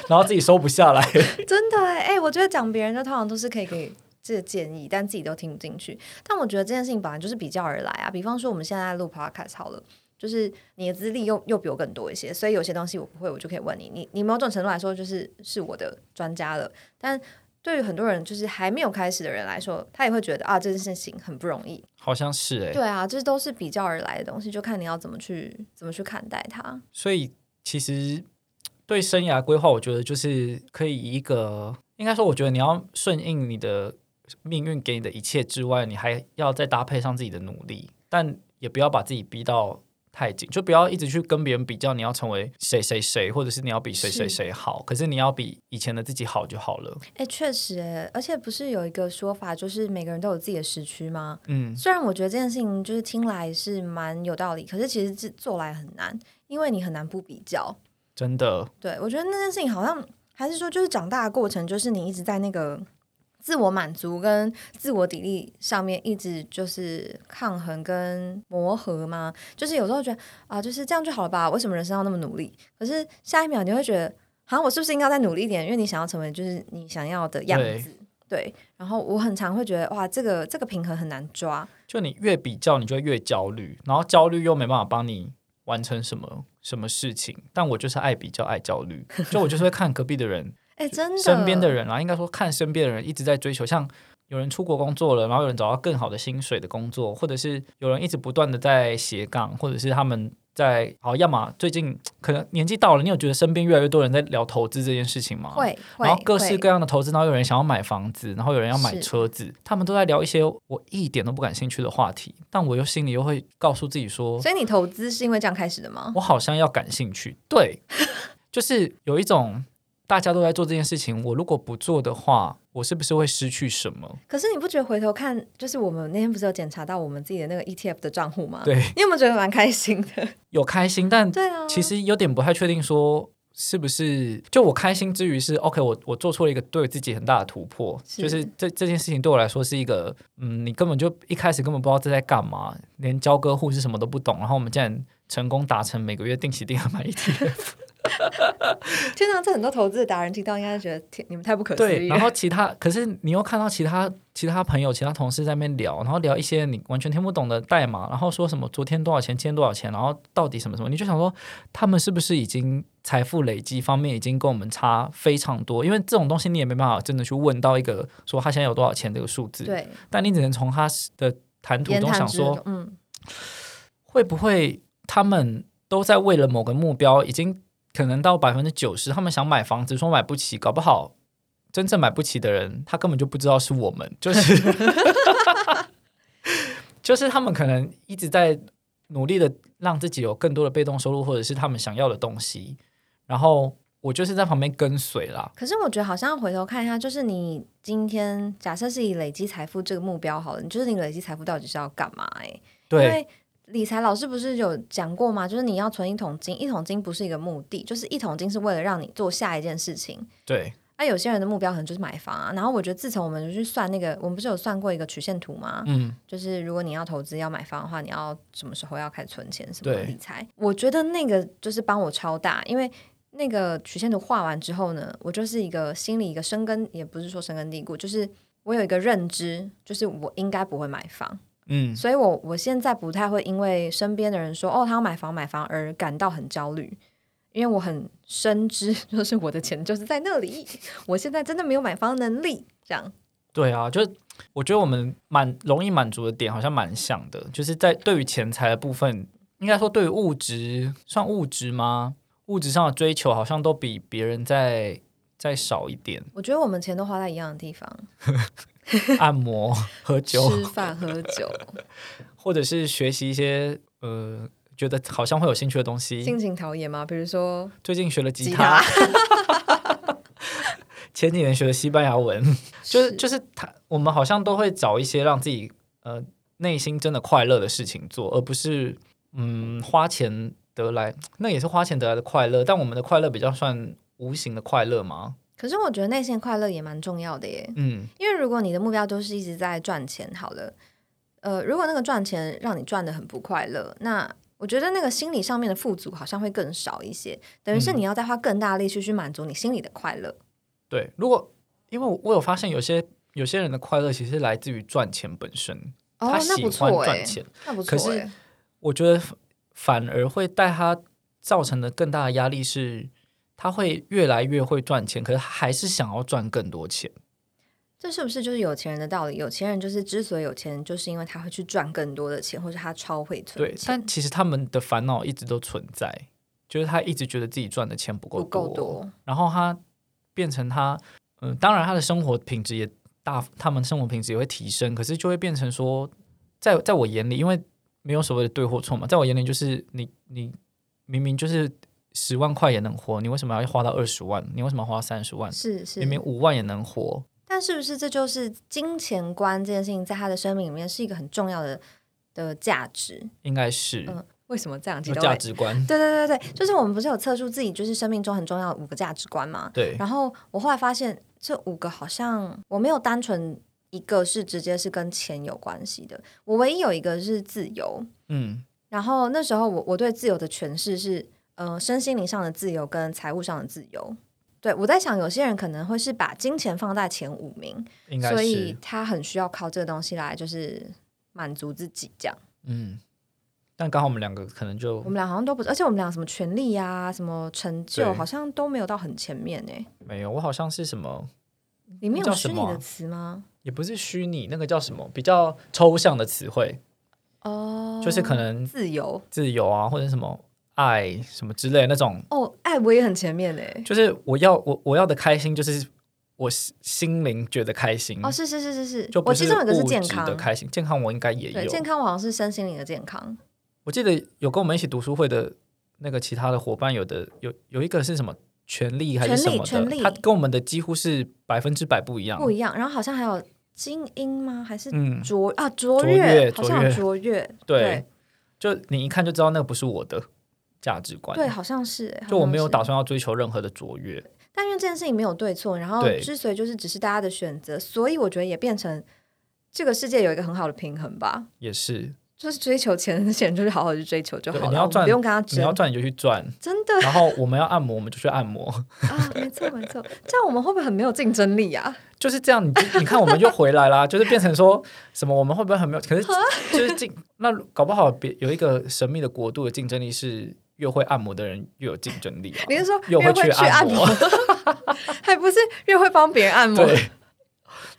Speaker 1: 然后自己收不下来。 [laughs]
Speaker 2: 真的哎、欸我觉得讲别人就通常都是可以给这个建议，但自己都听不进去。但我觉得这件事情本来就是比较而来啊。比方说我们现在录 podcast 好了，就是你的资历又又比我更多一些，所以有些东西我不会，我就可以问你。你你某种程度来说就是是我的专家了，但。对于很多人，就是还没有开始的人来说，他也会觉得啊，这件事情很不容易。
Speaker 1: 好像是哎、
Speaker 2: 对啊，这都是比较而来的东西，就看你要怎么去怎么去看待它。
Speaker 1: 所以其实对生涯规划，我觉得就是可以以一个，应该说，我觉得你要顺应你的命运给你的一切之外，你还要再搭配上自己的努力，但也不要把自己逼到太紧，就不要一直去跟别人比较，你要成为谁谁谁，或者是你要比谁谁谁好，可是你要比以前的自己好就好了。
Speaker 2: 哎，确实哎，而且不是有一个说法，就是每个人都有自己的时区吗？
Speaker 1: 嗯，
Speaker 2: 虽然我觉得这件事情就是听来是蛮有道理，可是其实这做来很难，因为你很难不比较。
Speaker 1: 真的，
Speaker 2: 对我觉得那件事情好像还是说，就是长大的过程，就是你一直在那个自我满足跟自我砥砺上面一直就是抗衡跟磨合嘛。就是有时候觉得啊，就是这样就好了吧？为什么人生要那么努力？可是下一秒你会觉得，好像我是不是应该再努力一点？因为你想要成为就是你想要的样
Speaker 1: 对
Speaker 2: 子。对，然后我很常会觉得，哇，这个这个平衡很难抓。
Speaker 1: 就你越比较，你就会越焦虑，然后焦虑又没办法帮你完成什么什么事情。但我就是爱比较，爱焦虑，就我就是会看隔壁的人。
Speaker 2: 哎、 [laughs] 真的，
Speaker 1: 身边的人啊啦，应该说看身边的人一直在追求，像有人出国工作了，然后有人找到更好的薪水的工作，或者是有人一直不断的在斜杠，或者是他们在好，要么最近可能年纪到了，你有觉得身边越来越多人在聊投资这件事情吗？。
Speaker 2: 会会
Speaker 1: 啊然后各式
Speaker 2: 会
Speaker 1: 各样的投资，然后有人想要买房子，然后有人要买
Speaker 2: 是
Speaker 1: 车子，他们都在聊一些我一点都不感兴趣的话题，但我又心里又会告诉自己说，
Speaker 2: 所以你投资是因为这样开始的吗？
Speaker 1: 我好像要感兴趣。
Speaker 2: [laughs]
Speaker 1: 对，就是有一种大家都在做这件事情，我如果不做的话，我是不是会失去什么？
Speaker 2: 可是你不觉得回头看，就是我们那天不是有检查到我们自己的那个 ETF 的账户吗？，
Speaker 1: 对，
Speaker 2: 你有没有觉得蛮开心
Speaker 1: [laughs]
Speaker 2: 的？
Speaker 1: 有开心，但
Speaker 2: 对啊，
Speaker 1: 其实有点不太确定说。是不是就我开心之余是 OK？我我做出了一个对自己很大的突破，
Speaker 2: 是
Speaker 1: 就是这这件事情对我来说是一个，嗯，你根本就一开始根本不知道这在干嘛，连交割户是什么都不懂，然后我们竟然成功达成每个月定期定额买一天，
Speaker 2: 天哪，这很多投资的达人听到应该觉得天，你们太不可思
Speaker 1: 对，
Speaker 2: 议
Speaker 1: 然
Speaker 2: 了。
Speaker 1: 后其他，可是你又看到其他其他朋友、其他同事在那边聊，然后聊一些你完全听不懂的代码，然后说什么昨天多少钱，今天多少钱，然后到底什么什么，你就想说他们是不是已经财富累积方面已经跟我们差非常多？因为这种东西你也没办法真的去问到一个说他现在有多少钱这个数字，
Speaker 2: 对，
Speaker 1: 但你只能从他的谈吐
Speaker 2: 言
Speaker 1: 中
Speaker 2: 谈
Speaker 1: 想
Speaker 2: 之中
Speaker 1: 说，
Speaker 2: 嗯，
Speaker 1: 会不会他们都在为了某个目标，已经可能到百分之九十，他们想买房子说买不起，搞不好真正买不起的人，他根本就不知道是我们，就是就是他们可能一直在努力的让自己有更多的被动收入，或者是他们想要的东西，然后我就是在旁边跟随啦。
Speaker 2: 可是我觉得好像回头看一下，就是你今天假设是以累积财富这个目标好了，你就是你累积财富到底是要干嘛、欸？因
Speaker 1: 对
Speaker 2: 为理财老师不是有讲过吗？就是你要存一桶金，一桶金不是一个目的，就是一桶金是为了让你做下一件事情。
Speaker 1: 对，
Speaker 2: 那、有些人的目标可能就是买房啊。然后我觉得自从我们去算那个，我们不是有算过一个曲线图吗？
Speaker 1: 嗯，
Speaker 2: 就是如果你要投资要买房的话，你要什么时候要开始存钱，什么
Speaker 1: 对
Speaker 2: 理财？我觉得那个就是帮我超大，因为。那个曲线图画完之后呢，我就是一个心里一个生根，也不是说生根蒂固，就是我有一个认知，就是我应该不会买房。
Speaker 1: 嗯，
Speaker 2: 所以我我现在不太会因为身边的人说哦他要买房买房而感到很焦虑，因为我很深知， [laughs] 就是我的钱就是在那里，我现在真的没有买房能力，这样。
Speaker 1: 对啊，就是我觉得我们满容易满足的点好像蛮像的，就是在对于钱财的部分，应该说对于物质，算物质吗？物质上的追求好像都比别人再再少一点，
Speaker 2: 我觉得我们钱都花在一样的地方，
Speaker 1: 按摩、 [laughs] 喝酒，
Speaker 2: 吃饭、喝
Speaker 1: [laughs]
Speaker 2: 酒、
Speaker 1: 或者是学习一些呃觉得好像会有兴趣的东西。
Speaker 2: 尽情陶冶嘛，比如说
Speaker 1: 最近学了吉
Speaker 2: 吉
Speaker 1: 他
Speaker 2: 他，，
Speaker 1: 前几年学了西班牙文，就是就是他，我们好像都会找一些让自己呃内心真的快乐的事情做，而不是嗯花钱得来，那也是花钱得来的快乐，但我们的快乐比较算无形的快乐嘛，
Speaker 2: 可是我觉得内心快乐也蛮重要的耶，
Speaker 1: 嗯，
Speaker 2: 因为如果你的目标都是一直在赚钱，好了，呃，如果那个赚钱让你赚的很不快乐，那我觉得那个心理上面的富足好像会更少一些，等于是
Speaker 1: 嗯
Speaker 2: 你要再花更大力气去满足你心里的快乐。
Speaker 1: 对。如果因为我我有发现有些有些人的快乐其实来自于赚钱本身，他
Speaker 2: 哦，那
Speaker 1: 喜
Speaker 2: 不
Speaker 1: 欢
Speaker 2: 错
Speaker 1: 赚
Speaker 2: 哎，
Speaker 1: 钱，
Speaker 2: 那不
Speaker 1: 可
Speaker 2: 错
Speaker 1: 是
Speaker 2: 哎，
Speaker 1: 我觉得反而会带他造成的更大的压力是，他会越来越会赚钱，可是他还是想要赚更多钱。
Speaker 2: 这是不是就是有钱人的道理？有钱人就是之所以有钱，就是因为他会去赚更多的钱，或者他超会
Speaker 1: 对
Speaker 2: 存，钱，
Speaker 1: 但其实他们的烦恼一直都存在，就是他一直觉得自己赚的钱不够
Speaker 2: 不够多。
Speaker 1: 然后他变成他，嗯，当然他的生活品质也大，他们生活品质也会提升，可是就会变成说，在在我眼里，因为没有所谓的对或错嘛，在我眼里就是你你明明就是十万块也能活，你为什么要花到二十万？你为什么要花三十万？
Speaker 2: 是是
Speaker 1: 明，明五万也能活，
Speaker 2: 但是不是这就是金钱观这件事情，在他的生命里面是一个很重要的的价值？
Speaker 1: 应该是、
Speaker 2: 嗯，为什么这样提
Speaker 1: 有
Speaker 2: 到
Speaker 1: 价
Speaker 2: 位
Speaker 1: 值观，
Speaker 2: 对对对对，就是我们不是有测出自己就是生命中很重要的五个价值观吗？
Speaker 1: 对，
Speaker 2: [laughs] 然后我后来发现这五个好像我没有单纯一个是直接是跟钱有关系的，我唯一有一个是自由。
Speaker 1: 嗯
Speaker 2: 然后那时候我我对自由的诠释是，呃，身心灵上的自由跟财务上的自由。对我在想，有些人可能会是把金钱放在前五名，
Speaker 1: 应该
Speaker 2: 所以
Speaker 1: 是，
Speaker 2: 他很需要靠这个东西来就是满足自己这样。
Speaker 1: 嗯。但刚好我们两个可能就
Speaker 2: 我们俩好像都不是，而且我们俩什么权利呀、什么成就，
Speaker 1: 对
Speaker 2: 好像都没有到很前面哎、
Speaker 1: 没有，我好像是什么，
Speaker 2: 里面
Speaker 1: 叫
Speaker 2: 有
Speaker 1: 什
Speaker 2: 虚
Speaker 1: 么
Speaker 2: 拟
Speaker 1: 啊
Speaker 2: 的词吗？
Speaker 1: 也不是虚拟，那个叫什么比较抽象的词汇，
Speaker 2: 哦，
Speaker 1: 就是可能
Speaker 2: 自由
Speaker 1: 自由啊，或者什么爱什么之类的那种，
Speaker 2: 哦，爱我也很前面哎、
Speaker 1: 就是我要我我要的开心，就是我心心灵觉得开心，
Speaker 2: 哦，是是是是是，
Speaker 1: 就不
Speaker 2: 我其
Speaker 1: 是
Speaker 2: 中有一个是
Speaker 1: 物
Speaker 2: 健
Speaker 1: 质
Speaker 2: 康
Speaker 1: 的，开心，健康我应该也
Speaker 2: 对，
Speaker 1: 有，
Speaker 2: 健康我好像是身心灵的健康，
Speaker 1: 我记得有跟我们一起读书会的那个其他的伙伴，有的有有一个是什么权利还是什么
Speaker 2: 权
Speaker 1: 的，
Speaker 2: 利
Speaker 1: 他跟我们的几乎是百分之百不一样。
Speaker 2: 不一样。然后好像还有精英吗？还是
Speaker 1: 啊嗯，
Speaker 2: 卓、啊卓
Speaker 1: 卓越
Speaker 2: 好像有
Speaker 1: 卓
Speaker 2: 卓越，
Speaker 1: 对，就你一看就知道那个不是我的价值观。
Speaker 2: 对对，好像是、欸。好
Speaker 1: 就我
Speaker 2: 像
Speaker 1: 没有
Speaker 2: 是
Speaker 1: 打，算要追求任何的卓越。
Speaker 2: 但因为这件事情没有对错，然后
Speaker 1: 对
Speaker 2: 之所以就是只是大家的选择，所以我觉得也变成这个世界有一个很好的平衡吧。
Speaker 1: 也是，
Speaker 2: 就是追求钱的钱，就是好好去追求就
Speaker 1: 对
Speaker 2: 好了，
Speaker 1: 你要
Speaker 2: 我们
Speaker 1: 赚
Speaker 2: 不用跟他
Speaker 1: 你要
Speaker 2: 争。
Speaker 1: 赚你就去赚， [laughs]
Speaker 2: 真的
Speaker 1: 然后我们要按摩我们就去按摩， [laughs]
Speaker 2: 啊，没错没错，这样我们会不会很没有竞争力啊？
Speaker 1: 就是这样。你就你看我们就回来啦，就是变成说什么我们会不会很没有？
Speaker 2: [laughs]
Speaker 1: 可是就是竞那搞不好别有一个神秘的国度的竞争力是越会按摩的人越有竞争力啊。
Speaker 2: 你是说
Speaker 1: 又
Speaker 2: 越
Speaker 1: 会去
Speaker 2: 去
Speaker 1: 按
Speaker 2: 按
Speaker 1: 摩
Speaker 2: 摩， [laughs] 还不是越会帮别人按摩？
Speaker 1: 对，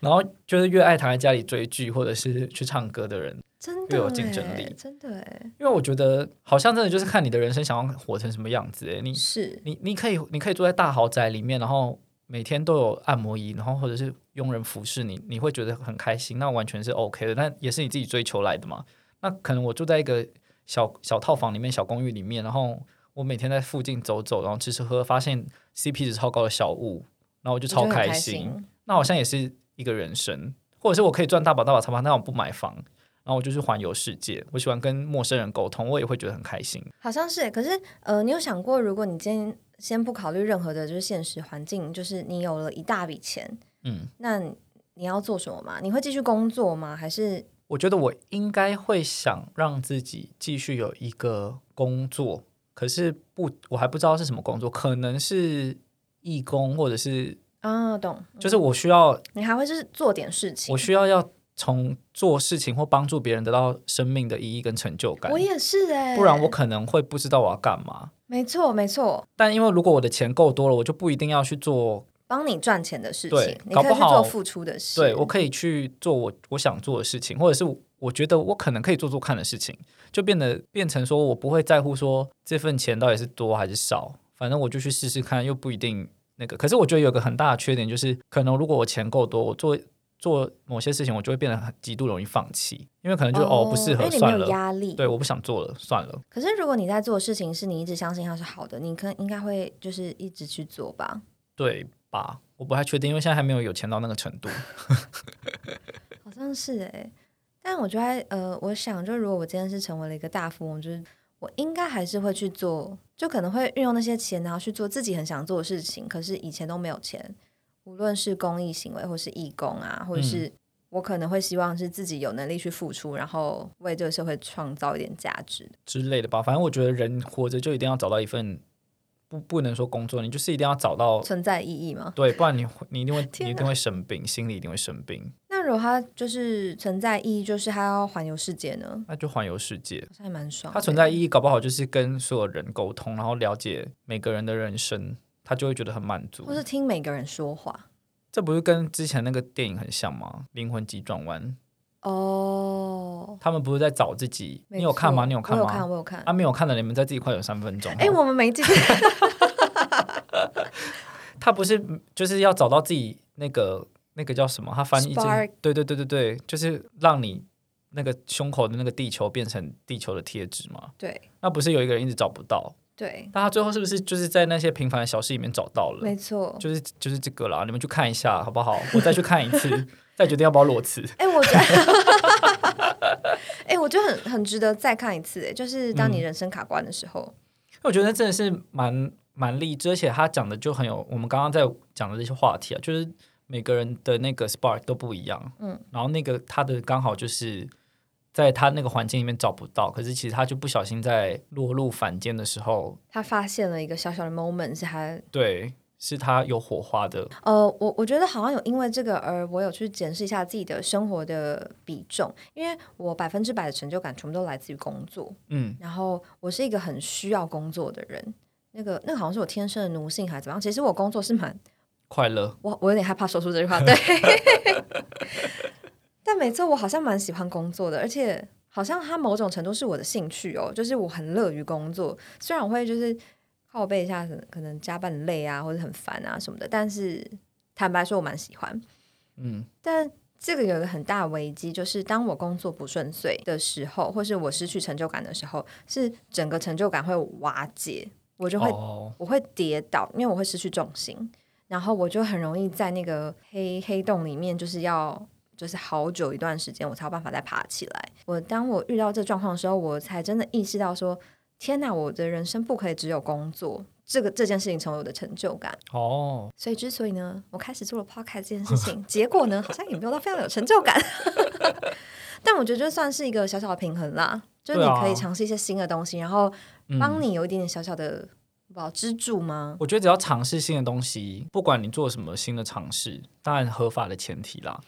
Speaker 1: 然后就是越爱躺在家里追剧或者是去唱歌的人，
Speaker 2: 真
Speaker 1: 越
Speaker 2: 的
Speaker 1: 有竞争
Speaker 2: 欸
Speaker 1: 力
Speaker 2: 真的哎，
Speaker 1: 因为我觉得好像真的就是看你的人生想要活成什么样子、欸。你
Speaker 2: 是
Speaker 1: 你你可以你可以住在大豪宅里面，然后每天都有按摩椅，然后或者是佣人服侍你，你会觉得很开心，那完全是 OK 的，但也是你自己追求来的嘛。那可能我住在一个小小套房里面、小公寓里面，然后我每天在附近走走，然后吃吃喝，喝，发现 CP 值超高的小物，然后我就
Speaker 2: 我
Speaker 1: 超
Speaker 2: 觉得很开
Speaker 1: 心。。那好像也是一个人生，或者是我可以赚大把大把钞票，那我不买房，然后我就去环游世界。我喜欢跟陌生人沟通，我也会觉得很开心。
Speaker 2: 好像是欸，可是呃，你有想过，如果你今天先不考虑任何的就是现实环境，就是你有了一大笔钱，
Speaker 1: 嗯，
Speaker 2: 那你要做什么吗？你会继续工作吗？还是
Speaker 1: 我觉得我应该会想让自己继续有一个工作，可是不，我还不知道是什么工作，可能是义工，或者是
Speaker 2: 啊，懂？
Speaker 1: 就是我需要，
Speaker 2: 嗯你还会就是做点事情
Speaker 1: 我？需要要从做事情或帮助别人得到生命的意义跟成就感
Speaker 2: 我。也是哎、
Speaker 1: 不然我可能会不知道我要干嘛。
Speaker 2: 没错没错，
Speaker 1: 但因为如果我的钱够多了，我就不一定要去做，
Speaker 2: 帮你赚钱的事
Speaker 1: 对
Speaker 2: 情，你
Speaker 1: 搞
Speaker 2: 可以
Speaker 1: 不
Speaker 2: 去
Speaker 1: 好
Speaker 2: 做付出的事。
Speaker 1: 对我可以去做我我想做的事情，或者是我觉得我可能可以做做看的事情，就变得变成说我不会在乎说这份钱到底是多还是少，反正我就去试试看，又不一定那个。可是我觉得有个很大的缺点就是，可能如果我钱够多，我做。做某些事情，我就会变得很极度容易放弃，因为可能就哦不适
Speaker 2: 因
Speaker 1: 合
Speaker 2: 为你没
Speaker 1: 算
Speaker 2: 有
Speaker 1: 了，
Speaker 2: 压力。
Speaker 1: 对，我不想做了，算了。
Speaker 2: 可是如果你在做的事情是你一直相信它是好的，你可应该会就是一直去做吧。
Speaker 1: 对吧？我不太确定，因为现在还没有有钱到那个程度。
Speaker 2: 好像是哎、但我觉得呃，我想就如果我今天是成为了一个大富翁，就是我应该还是会去做，就可能会运用那些钱，然后去做自己很想做的事情。可是以前都没有钱，无论是公益行为，或是义工啊，
Speaker 1: 嗯
Speaker 2: 或者是我可能会希望是自己有能力去付出，然后为这个社会创造一点价值。
Speaker 1: 之类的吧。反正我觉得人活着就一定要找到一份不不能说工作，你就是一定要找到
Speaker 2: 存在意义吗？
Speaker 1: 对，不然你你一定会
Speaker 2: 天
Speaker 1: 你一
Speaker 2: 哪
Speaker 1: 定会生病，心里一定会生病。
Speaker 2: 那如果它就是存在意义，就是它要环游世界呢，
Speaker 1: 那就环游世界，
Speaker 2: 好像啊还蛮爽的。
Speaker 1: 它存在意义搞不好就是跟所有人沟通，然后了解每个人的人生，他就会觉得很满足
Speaker 2: 或。是听每个人说话
Speaker 1: 这不是跟之前那个电影很像吗？《灵魂急转弯》，
Speaker 2: 哦。
Speaker 1: 他们不是在找自己？
Speaker 2: 没
Speaker 1: 你有看吗？
Speaker 2: 错
Speaker 1: 你有看
Speaker 2: 我有看，
Speaker 1: 吗？
Speaker 2: 我有看。
Speaker 1: 啊，没有看的，你们在自己快有三分钟。
Speaker 2: 哎、我们
Speaker 1: [laughs]
Speaker 2: 没记得。
Speaker 1: 他不是就是要找到自己那个那个叫什么？他翻译
Speaker 2: Spark
Speaker 1: 成对对对对对，就是让你那个胸口的那个地球变成地球的贴纸嘛。
Speaker 2: 对
Speaker 1: 那不是有一个人一直找不到，
Speaker 2: 对，
Speaker 1: 但他最后是不是就是在那些平凡的小事里面找到了
Speaker 2: 没？错。
Speaker 1: 就是就是这个啦，你们去看一下好不好？我再去看一次， [laughs] 再决定要不要裸辞。
Speaker 2: 哎、我
Speaker 1: [laughs]
Speaker 2: 觉得，哎、我觉得 [laughs] 很很值得再看一次。哎，就是当你
Speaker 1: 嗯
Speaker 2: 人生卡关的时候，
Speaker 1: 我觉得真的是蛮蛮励志，而且他讲的就很有我们刚刚在讲的这些话题啊，就是每个人的那个 spark 都不一样，
Speaker 2: 嗯
Speaker 1: 嗯，然后那个他的刚好就是在他那个环境里面找不到，可是其实他就不小心在落入凡间的时候，
Speaker 2: 他发现了一个小小的 moment，是他
Speaker 1: 对，是他有火花的，
Speaker 2: 呃，我我觉得好像有因为这个而我有去检视一下自己的生活的比重，因为我百分之百的成就感全部都来自于工作，
Speaker 1: 嗯，
Speaker 2: 然后我是一个很需要工作的人。那个那个好像是我天生的奴性还是怎么样？其实我工作是蛮
Speaker 1: 快乐，
Speaker 2: 我我有点害怕说出这句话，对。 [laughs] 但没错，我好像蛮喜欢工作的，而且好像它某种程度是我的兴趣哦，就是我很乐于工作。虽然我会就是靠背一下，可能可能加班很累啊，或者很烦啊什么的，但是坦白说，我蛮喜欢。
Speaker 1: 嗯，
Speaker 2: 但这个有一个很大的危机，就是当我工作不顺遂的时候，或是我失去成就感的时候，是整个成就感会瓦解，我就会
Speaker 1: 哦，
Speaker 2: 我会跌倒，因为我会失去重心，然后我就很容易在那个黑黑洞里面，就是要就是好久一段时间，我才有办法再爬起来。我当我遇到这状况的时候，我才真的意识到说，天哪，我的人生不可以只有工作。这个这件事情成为我的成就感，
Speaker 1: 哦，
Speaker 2: 所以之所以呢，我开始做了 podcast 这件事情，结果呢，好像也没有到非常有成就感。 [laughs] 但我觉得就算是一个小小的平衡啦，就是你
Speaker 1: 对啊
Speaker 2: 可以尝试一些新的东西，然后
Speaker 1: 嗯
Speaker 2: 帮你有一点点小小的，不知道支柱吗？
Speaker 1: 我觉得只要尝试新的东西，不管你做什么新的尝试，当然合法的前提啦，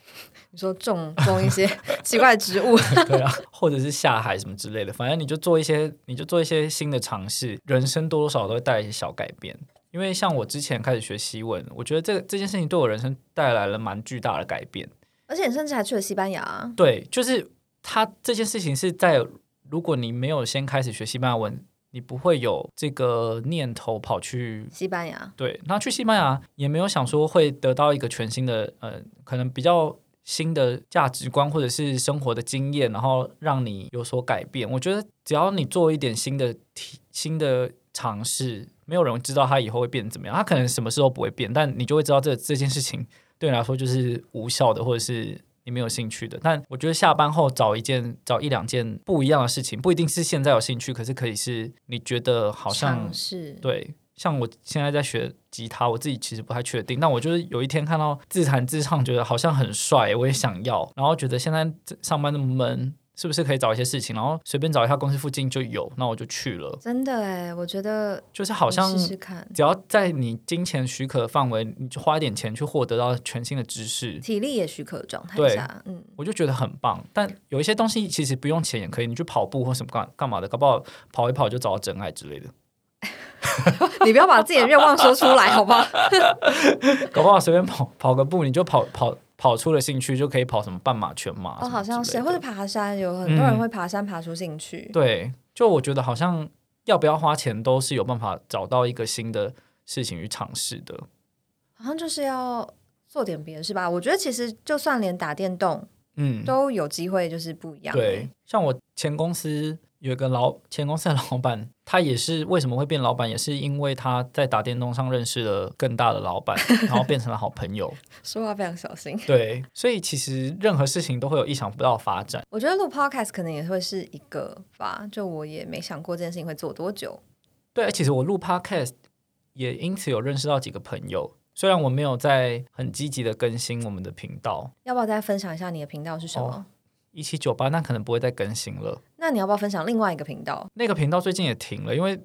Speaker 2: 你说种种一些 [laughs] 奇怪的植物，
Speaker 1: [laughs] 对啊，或者是下海什么之类的，反正你就做一些，你就做一些新的尝试，人生多多少少都会带来一些小改变。因为像我之前开始学西文，我觉得这这件事情对我人生带来了蛮巨大的改变。
Speaker 2: 而且你甚至还去了西班牙。
Speaker 1: 对，就是它这件事情是在如果你没有先开始学西班牙文，你不会有这个念头跑去
Speaker 2: 西班牙，
Speaker 1: 对，那去西班牙也没有想说会得到一个全新的呃，可能比较新的价值观或者是生活的经验，然后让你有所改变。我觉得只要你做一点新的体新的尝试，没有人知道它以后会变怎么样，它可能什么事都不会变，但你就会知道这这件事情对你来说就是无效的，或者是。你没有兴趣的，但我觉得下班后找一件、找一两件不一样的事情，不一定是现在有兴趣，可是可以是你觉得好像
Speaker 2: 尝试，
Speaker 1: 对，像我现在在学吉他，我自己其实不太确定，但我就是有一天看到自弹自唱，觉得好像很帅，我也想要，然后觉得现在这上班那么闷，是不是可以找一些事情，然后随便找一下公司附近就有，那我就去了。
Speaker 2: 真的哎，我觉得
Speaker 1: 就是好像
Speaker 2: 你试试看，
Speaker 1: 只要在你金钱许可的范围，你就花一点钱去获得到全新的知识，
Speaker 2: 体力也许可的状态
Speaker 1: 对
Speaker 2: 下，嗯，
Speaker 1: 我就觉得很棒。但有一些东西其实不用钱也可以，你去跑步或什么干干嘛的，搞不好跑一跑就找到真爱之类的，
Speaker 2: 你不要把自己的愿望说出来，好
Speaker 1: [laughs]
Speaker 2: 不好？
Speaker 1: 搞不好随便跑跑个步，你就跑跑跑出了兴趣，就可以跑什么半马、全马什
Speaker 2: 哦，
Speaker 1: 么
Speaker 2: 好像
Speaker 1: 之类的
Speaker 2: 是，或者爬山，有很多人
Speaker 1: 嗯
Speaker 2: 会爬山爬出兴趣。
Speaker 1: 对，就我觉得好像要不要花钱都是有办法找到一个新的事情去尝试的。
Speaker 2: 好像就是要做点别的，是吧？我觉得其实就算连打电动
Speaker 1: 嗯，
Speaker 2: 都有机会，就是不一样。欸
Speaker 1: 对，，像我前公司有一个老前公司的老板，他也是为什么会变老板，也是因为他在打电动上认识了更大的老板，然后变成了好朋友。
Speaker 2: 说话非常小心。
Speaker 1: 对，所以其实任何事情都会有意想不到的发展。
Speaker 2: 我觉得录 podcast 可能也会是一个吧，就我也没想过这件事情会做多久。
Speaker 1: 对，其实我录 podcast 也因此有认识到几个朋友。虽然我没有在很积极的更新我们的频道，
Speaker 2: 要不要再分享一下你的频道是什么？
Speaker 1: 哦一七九八那可能不会再更新了。
Speaker 2: 那你要不要分享另外一个频道？
Speaker 1: 那个频道最近也停了，因
Speaker 2: [laughs]
Speaker 1: 为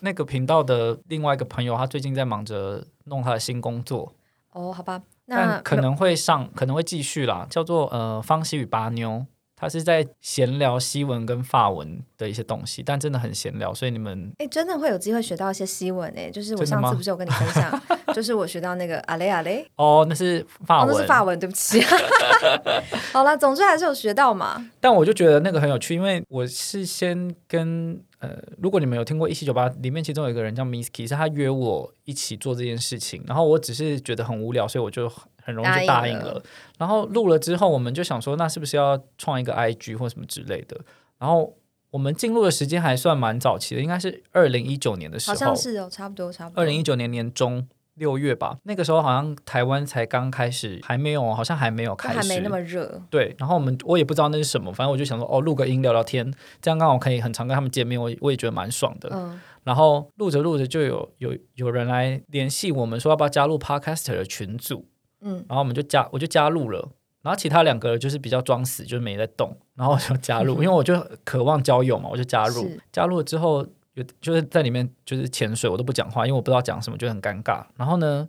Speaker 1: 那个频道的另外一个朋友他最近在忙着弄他的新工作，
Speaker 2: 哦，好吧，那
Speaker 1: 但可能会上，可能会继续啦，叫做呃方西与巴妞，她是在闲聊西文跟法文的一些东西，但真的很闲聊，所以你们
Speaker 2: 哎、真的会有机会学到一些西文哎、就是我
Speaker 1: 真的
Speaker 2: 上次
Speaker 1: 吗
Speaker 2: 不是有跟你分享，
Speaker 1: [laughs]
Speaker 2: 就是我学到那个阿雷阿雷，
Speaker 1: 哦那是法
Speaker 2: 哦，
Speaker 1: 文，
Speaker 2: 那是法文，对
Speaker 1: [laughs]
Speaker 2: 不起。好啦，总之还是有学到嘛。
Speaker 1: 但我就觉得那个很有趣，因为我是先跟呃，如果你们有听过一七九八，里面其中有一个人叫 Misky，是他约我一起做这件事情，然后我只是觉得很无聊，所以我就很容易就
Speaker 2: 答
Speaker 1: 答
Speaker 2: 应
Speaker 1: 应
Speaker 2: 了
Speaker 1: 了。然后录了之后，我们就想说，那是不是要创一个 IG 或什么之类的？然后我们进入的时间还算蛮早期的，应该是二零一九年的时
Speaker 2: 好
Speaker 1: 候
Speaker 2: 像，是哦，差不多，差不多。
Speaker 1: 二零一九年年中。六月吧，那个时候好像台湾才刚开始，还没有，好像还没有
Speaker 2: 都
Speaker 1: 开始，
Speaker 2: 还没那么热，
Speaker 1: 对，然后我们我也不知道那是什么，反正我就想说，哦，录个音聊聊天，这样刚好可以很常跟他们见面，我也我也觉得蛮爽的。
Speaker 2: 嗯，
Speaker 1: 然后录着录着就有有有人来联系我们说要不要加入 Podcaster 的群组，
Speaker 2: 嗯，
Speaker 1: 然后我们就加我就加入了，然后其他两个就是比较装死，就是没在动，然后我就加入，因为我就渴望交友嘛，我就加入
Speaker 2: 嗯是，
Speaker 1: 加入了之后有就是在里面就是潜水，我都不讲话，因为我不知道讲什么，就很尴尬。然后呢，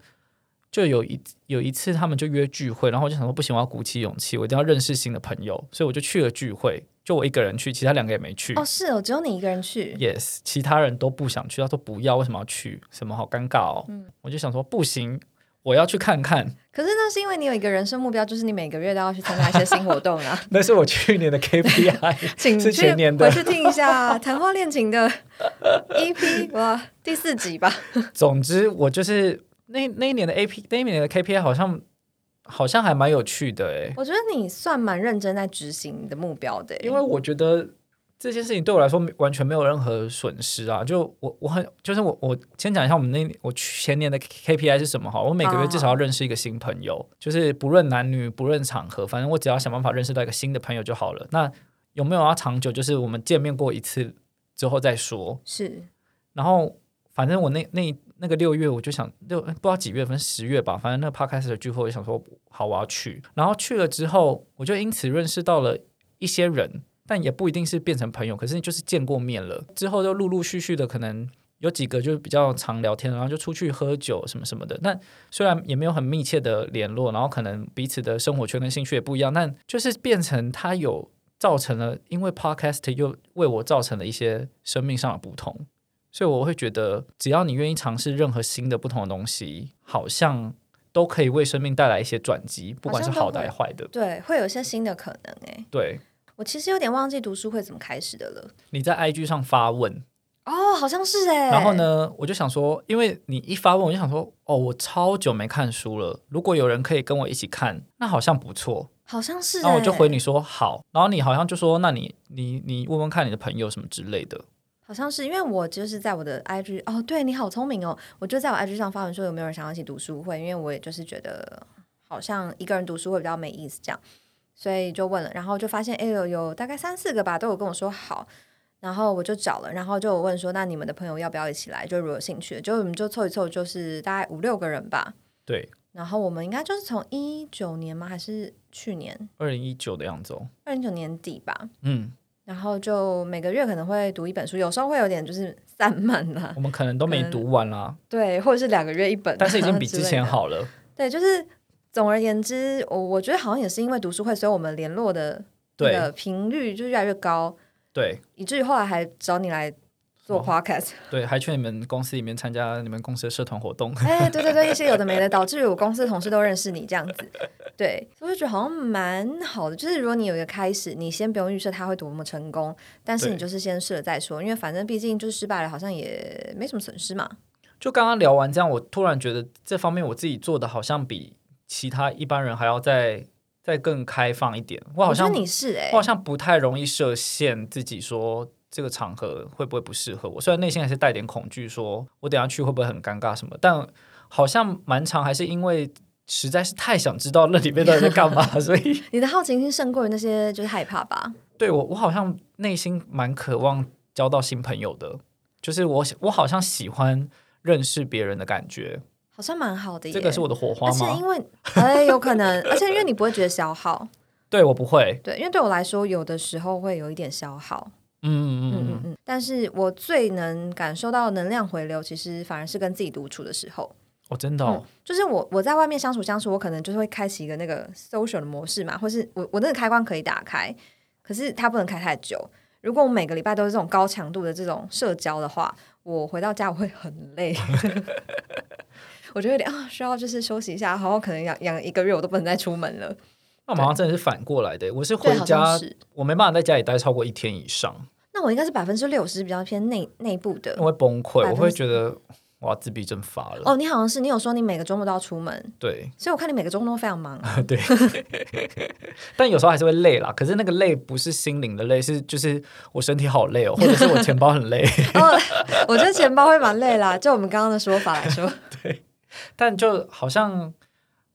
Speaker 1: 就有一有一次他们就约聚会，然后我就想说不行，我要鼓起勇气，我一定要认识新的朋友，所以我就去了聚会，就我一个人去，其他两个也没去。
Speaker 2: 哦，是哦，只有你一个人去，
Speaker 1: Yes，其他人都不想去，他说不要，为什么要去？什么好尴尬哦。我就想说不行，我要去看看。
Speaker 2: 可是那是因为你有一个人生目标，就是你每个月都要去参加一些新活动
Speaker 1: [laughs]
Speaker 2: 啊。
Speaker 1: 那是我去年的 KPI，
Speaker 2: 请
Speaker 1: 是
Speaker 2: 去
Speaker 1: 前年
Speaker 2: 回
Speaker 1: 的。
Speaker 2: 去听一下《谈话恋情》的 EP 哇第四集吧。
Speaker 1: 总之，我就是那那一年的 AP，那一年的 KPI 好像好像还蛮有趣的诶，
Speaker 2: 我觉得你算蛮认真在执行你的目标的欸，
Speaker 1: 因为我觉得这件事情对我来说完全没有任何损失啊。就我我很就是我我先讲一下我们那我前年的 KPI 是什么哈，我每个月至少要认识一个新朋友，就是不论男女不论场合，反正我只要想办法认识到一个新的朋友就好了。那有没有要长久，就是我们见面过一次之后再说。
Speaker 2: 是
Speaker 1: 然后反正我那那那个六月我就想六不知道几月份十月吧，反正那个 podcast 的聚会我就想说好我要去，然后去了之后我就因此认识到了一些人，但也不一定是变成朋友，可是就是见过面了，之后就陆陆续续的可能。有几个就是比较常聊天，然后就出去喝酒什么什么的。但虽然也没有很密切的联络，然后可能彼此的生活圈跟兴趣也不一样，但就是变成他有造成了，因为 podcast 又为我造成了一些生命上的不同。所以我会觉得，只要你愿意尝试任何新的不同的东西，好像都可以为生命带来一些转机，不管是好的还是坏的。
Speaker 2: 对，会有一些新的可能哎。
Speaker 1: 对，
Speaker 2: 我其实有点忘记读书会怎么开始的了。
Speaker 1: 你在 IG 上发问，
Speaker 2: 哦，好像是哎。
Speaker 1: 然后？呢，我就想说，因为你一发问，我就想说，哦，我超久没看书了，如果有人可以跟我一起看，那好像不错。
Speaker 2: 好像是。欸
Speaker 1: 那我就回，你说好，然后你好像就说，那你你你问问看你的朋友什么之类的。
Speaker 2: 好像是因为我就是在我的 IG 哦，对你好聪明哦，我就在我 IG 上发文说有没有人想要一起读书会，因为我也就是觉得好像一个人读书会比较没意思这样，所以就问了，然后就发现哎有有大概三四个吧都有跟我说好。然后我就找了，然后就有问说，那你们的朋友要不要一起来？就如果有兴趣的，就我们就凑一凑，就是大概五六个人吧。
Speaker 1: 对，
Speaker 2: 然后我们应该就是从一九年吗？还是去年
Speaker 1: 二零一九的样子哦。
Speaker 2: 二零九年底吧？
Speaker 1: 嗯，
Speaker 2: 然后就每个月可能会读一本书，有时候会有点就是散漫啦，
Speaker 1: 我们可能都没读完啦，
Speaker 2: 对，或者是两个月一本啊，
Speaker 1: 但是已经比
Speaker 2: [laughs]
Speaker 1: 之
Speaker 2: 类
Speaker 1: 前
Speaker 2: 的。
Speaker 1: 好了。
Speaker 2: 对，就是总而言之，我我觉得好像也是因为读书会，所以我们联络的那
Speaker 1: 对
Speaker 2: 个频率就越来越高，
Speaker 1: 对
Speaker 2: 以至于后来还找你来做
Speaker 1: 哦
Speaker 2: podcast。
Speaker 1: 对，还去你们公司里面参加你们公司的社团活动。
Speaker 2: 哎，对对对，一些有的没的，导致我公司的同事都认识你这样子。对，所以我就觉得好像蛮好的。就是如果你有一个开始，你先不用预设它会多么成功，但是
Speaker 1: 对
Speaker 2: 你就是先试了再说，因为反正毕竟就是失败了，好像也没什么损失嘛。
Speaker 1: 就刚刚聊完这样，我突然觉得这方面我自己做的好像比其他一般人还要再再更开放一点。我哦好
Speaker 2: 我觉
Speaker 1: 像
Speaker 2: 得你是哎、
Speaker 1: 我好像不太容易设限自己说。这个场合会不会不适合我？虽然内心还是带点恐惧，说我等一下去会不会很尴尬什么，但好像蛮长，还是因为实在是太想知道那里面到底在
Speaker 2: [laughs]
Speaker 1: 干嘛，所以
Speaker 2: 欸你的好奇心胜过于那些就是害怕吧。
Speaker 1: 对我，我好像内心蛮渴望交到新朋友的，就是我喜我好像喜欢认识别人的感觉，
Speaker 2: 好像蛮好的耶，
Speaker 1: 这个是我的火花
Speaker 2: 而且因
Speaker 1: 吗？ [laughs]
Speaker 2: 为，哎，有可能，而且因为你不会觉得消耗，
Speaker 1: 对我不会，
Speaker 2: 对，因为对我来说，有的时候会有一点消耗，
Speaker 1: 嗯嗯
Speaker 2: 嗯
Speaker 1: 嗯嗯，
Speaker 2: 嗯嗯。但是我最能感受到能量回流，其实反而是跟自己独处的时候，
Speaker 1: 哦，真的、哦，
Speaker 2: 就是我我在外面相处相处，我可能就是会开启一个那个 social 的模式嘛，或是我我那个开关可以打开，可是它不能开太久。如果我每个礼拜都是这种高强度的这种社交的话，我回到家我会很累， [laughs] 我就有点啊、需要就是休息一下，然后可能养养一个月我都不能再出门了。
Speaker 1: 那我们好像真的是反过来的，我是
Speaker 2: 对，
Speaker 1: 回
Speaker 2: 好像
Speaker 1: 家，
Speaker 2: 是。
Speaker 1: 我没办法在家里待超过一天以上，
Speaker 2: 那我应该是百分之六十比较偏内内部的
Speaker 1: 我。会崩溃，
Speaker 2: 呃百分
Speaker 1: 我
Speaker 2: 之
Speaker 1: 会觉得我要自闭症发了，
Speaker 2: 哦，你好像是你有说你每个周末都要出门，
Speaker 1: 对
Speaker 2: 所以我看你每个周末都非常忙。
Speaker 1: 对，但有时候还是会累啦，可是那个累不是心灵的累，是就是我身体好累哦，或者是我钱包很累。
Speaker 2: 哦， [laughs] 我觉得钱包会蛮累啦。就我们刚刚的说法来说，
Speaker 1: 但就好像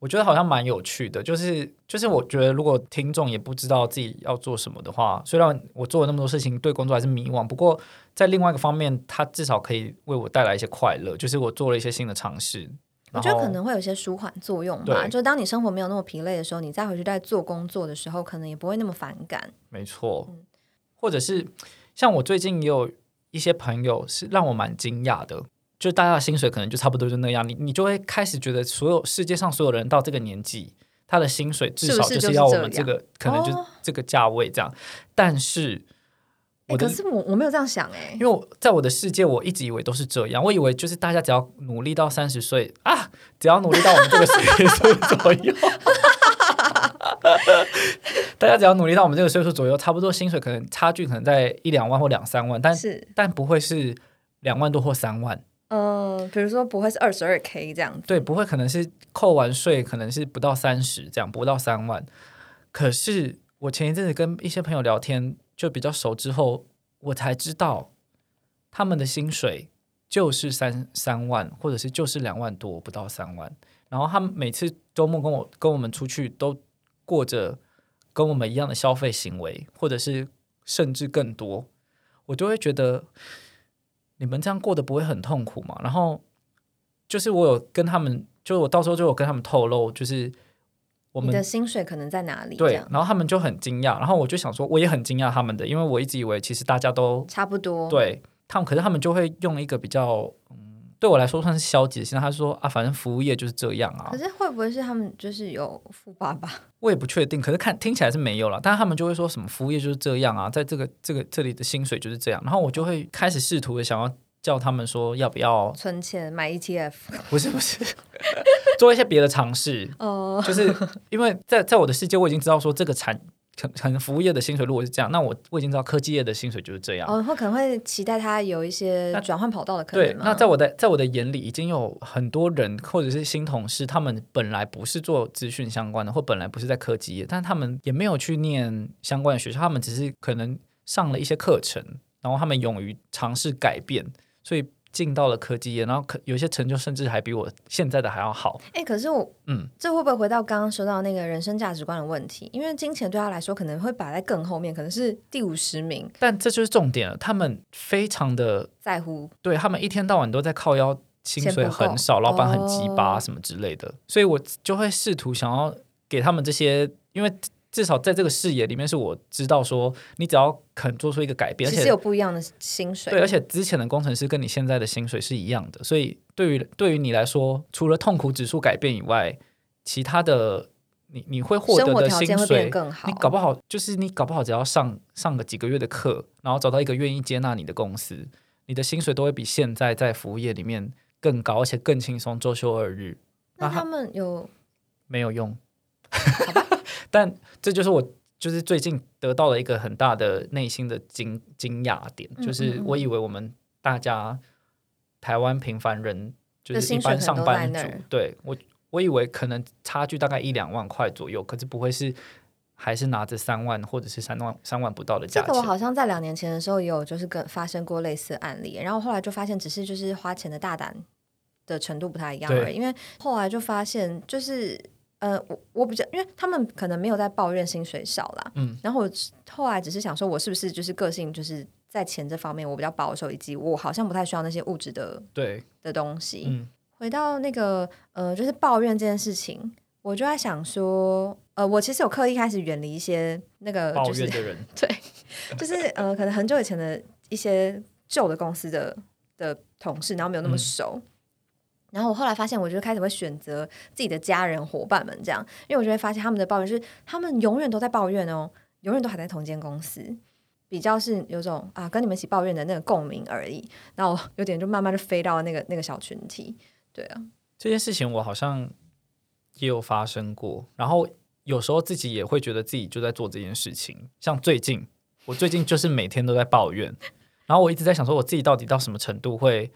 Speaker 1: 我觉得好像蛮有趣的，就是就是我觉得如果听众也不知道自己要做什么的话，虽然我做了那么多事情，对工作还是迷惘，不过在另外一个方面，它至少可以为我带来一些快乐，就是我做了一些新的尝试。
Speaker 2: 我
Speaker 1: 然
Speaker 2: 觉得可
Speaker 1: 后
Speaker 2: 能会有一些舒缓作用吧。
Speaker 1: 对
Speaker 2: 就当你生活没有那么疲累的时候，你再回去再做工作的时候，可能也不会那么反感。
Speaker 1: 没错，
Speaker 2: 嗯
Speaker 1: 或者是像我最近也有一些朋友是让我蛮惊讶的，就大家的薪水可能就差不多就那样，你你就会开始觉得所有世界上所有人到这个年纪，他的薪水至少
Speaker 2: 是不是
Speaker 1: 是要我们
Speaker 2: 就是这
Speaker 1: 这
Speaker 2: 样
Speaker 1: 个可能就
Speaker 2: 哦
Speaker 1: 这个价位这样，但是
Speaker 2: 哎、
Speaker 1: 我的
Speaker 2: 可是我我没有这样想哎、
Speaker 1: 因为我在我的世界，我一直以为都是这样，我以为就是大家只要努力到三十岁啊，只要努力到我们这个岁数左右， [laughs] 大家只要努力到我们这个岁数左右，差不多薪水可能差距可能在一两万或两三万，但
Speaker 2: 是，
Speaker 1: 但不会是两万多或三万，
Speaker 2: 嗯、比如说不会是二十二 k 这样子。
Speaker 1: 对，不会可能是扣完税可能是不到三十这样，不到三万。可是我前一阵子跟一些朋友聊天，就比较熟之后，我才知道他们的薪水就是三三万，或者是就是两万多，不到三万。然后他们每次周末跟我跟我们出去，都过着跟我们一样的消费行为，或者是甚至更多，我就会觉得你们这样过得不会很痛苦吗？然后就是我有跟他们，就是我到时候就有跟他们透露，就是我
Speaker 2: 你
Speaker 1: 们
Speaker 2: 的薪水可能在哪里？这
Speaker 1: 对
Speaker 2: 样，
Speaker 1: 然后他们就很惊讶，然后我就想说，我也很惊讶他们的，因为我一直以为其实大家都
Speaker 2: 差不多。，
Speaker 1: 对他们，可是他们就会用一个比较，嗯，对我来说算是消极的心态。他说啊，反正服务业就是这样啊
Speaker 2: 可，是会不会是他们就是有富爸爸？
Speaker 1: 我也不确定，可是看听起来是没有了，但他们就会说什么服务业就是这样啊，在这个这个这里的薪水就是这样，然后我就会开始试图的想要叫他们说要不要，
Speaker 2: 存钱买 E ETF，
Speaker 1: 不是不是， [laughs] 做一些别的尝试，
Speaker 2: 哦，
Speaker 1: 就是因为在在我的世界，我已经知道说这个产可可能服务业的薪水如果是这样，那我我已经知道科技业的薪水就是这样。
Speaker 2: 哦，会可能会期待他有一些
Speaker 1: 啊那
Speaker 2: 转换跑道的可
Speaker 1: 对
Speaker 2: 能，啊吗？
Speaker 1: 那在我的在我的眼里，已经有很多人或者是新同事，他们本来不是做资讯相关的，或本来不是在科技业，但他们也没有去念相关的学校，他们只是可能上了一些课程，然后他们勇于尝试改变，所以进到了科技业，然后可有些成就甚至还比我现在的还要好。
Speaker 2: 哎、可是我，
Speaker 1: 嗯，
Speaker 2: 这会不会回到刚刚说到那个人生价值观的问题？因为金钱对他来说可能会摆在更后面，可能是第五十名，
Speaker 1: 但这就是重点了，他们非常的
Speaker 2: 在乎
Speaker 1: 对他们一天到晚都在靠腰薪
Speaker 2: 钱
Speaker 1: 水
Speaker 2: 不够
Speaker 1: 很少，老板很鸡巴
Speaker 2: 哦
Speaker 1: 什么之类的，所以我就会试图想要给他们这些，因为至少在这个视野里面，是我知道说你只要肯做出一个改变，而
Speaker 2: 其
Speaker 1: 且
Speaker 2: 实有不一样的薪水，
Speaker 1: 对，而且之前的工程师跟你现在的薪水是一样的，所以对于对于你来说，除了痛苦指数改变以外，其他的你你会获
Speaker 2: 生
Speaker 1: 得
Speaker 2: 活
Speaker 1: 的
Speaker 2: 条
Speaker 1: 薪
Speaker 2: 件会变得
Speaker 1: 水，
Speaker 2: 更好。
Speaker 1: 你搞不好就是你搞不好只要上上个几个月的课，然后找到一个愿意接纳你的公司，你的薪水都会比现在在服务业里面更高，而且更轻松，周休二日。
Speaker 2: 那
Speaker 1: 那他
Speaker 2: 他们有
Speaker 1: 没有用。 [laughs] 但这就是我就是最近得到了一个很大的内心的惊惊讶点，
Speaker 2: 嗯
Speaker 1: 就是我以为我们大家台湾平凡人就
Speaker 2: 的
Speaker 1: 是一
Speaker 2: 薪水
Speaker 1: 般
Speaker 2: 可能
Speaker 1: 上
Speaker 2: 都
Speaker 1: 班
Speaker 2: 在
Speaker 1: 族
Speaker 2: 那儿，
Speaker 1: 对我我以为可能差距大概一两万块左右，可是不会是。还是拿着三万或者是三万三万不到的
Speaker 2: 这
Speaker 1: 价
Speaker 2: 个，
Speaker 1: 钱，
Speaker 2: 我好像在两年前的时候也有就是跟发生过类似案例，然后后来就发现只是就是花钱的大胆的程度不太一样
Speaker 1: 对
Speaker 2: 而已，因为后来就发现就是。呃，我我比较，因为他们可能没有在抱怨薪水少啦，
Speaker 1: 嗯，
Speaker 2: 然后我只后来只是想说，我是不是就是个性就是在钱这方面我比较保守，以及我好像不太需要那些物质的
Speaker 1: 对，
Speaker 2: 的东西。
Speaker 1: 嗯，
Speaker 2: 回到那个呃，就是抱怨这件事情，我就在想说，呃，我其实有刻意开始远离一些那个
Speaker 1: 抱
Speaker 2: 嗯就
Speaker 1: 怨的
Speaker 2: 是
Speaker 1: 人，
Speaker 2: 就是呃，可能很久以前的一些旧的公司的的同事，然后没有那么
Speaker 1: 嗯
Speaker 2: 熟。然后我后来发现，我就开始会选择自己的家人、伙伴们这样，因为我就会发现他们的抱怨就是他们永远都在抱怨哦，永远都还在同间公司，比较是有种啊跟你们一起抱怨的那个共鸣而已。然后我有点就慢慢就飞到那个那个小群体，对啊，
Speaker 1: 这件事情我好像也有发生过，然后有时候自己也会觉得自己就在做这件事情。像最近，我最近就是每天都在抱怨，然后我一直在想说，我自己到底到什么程度会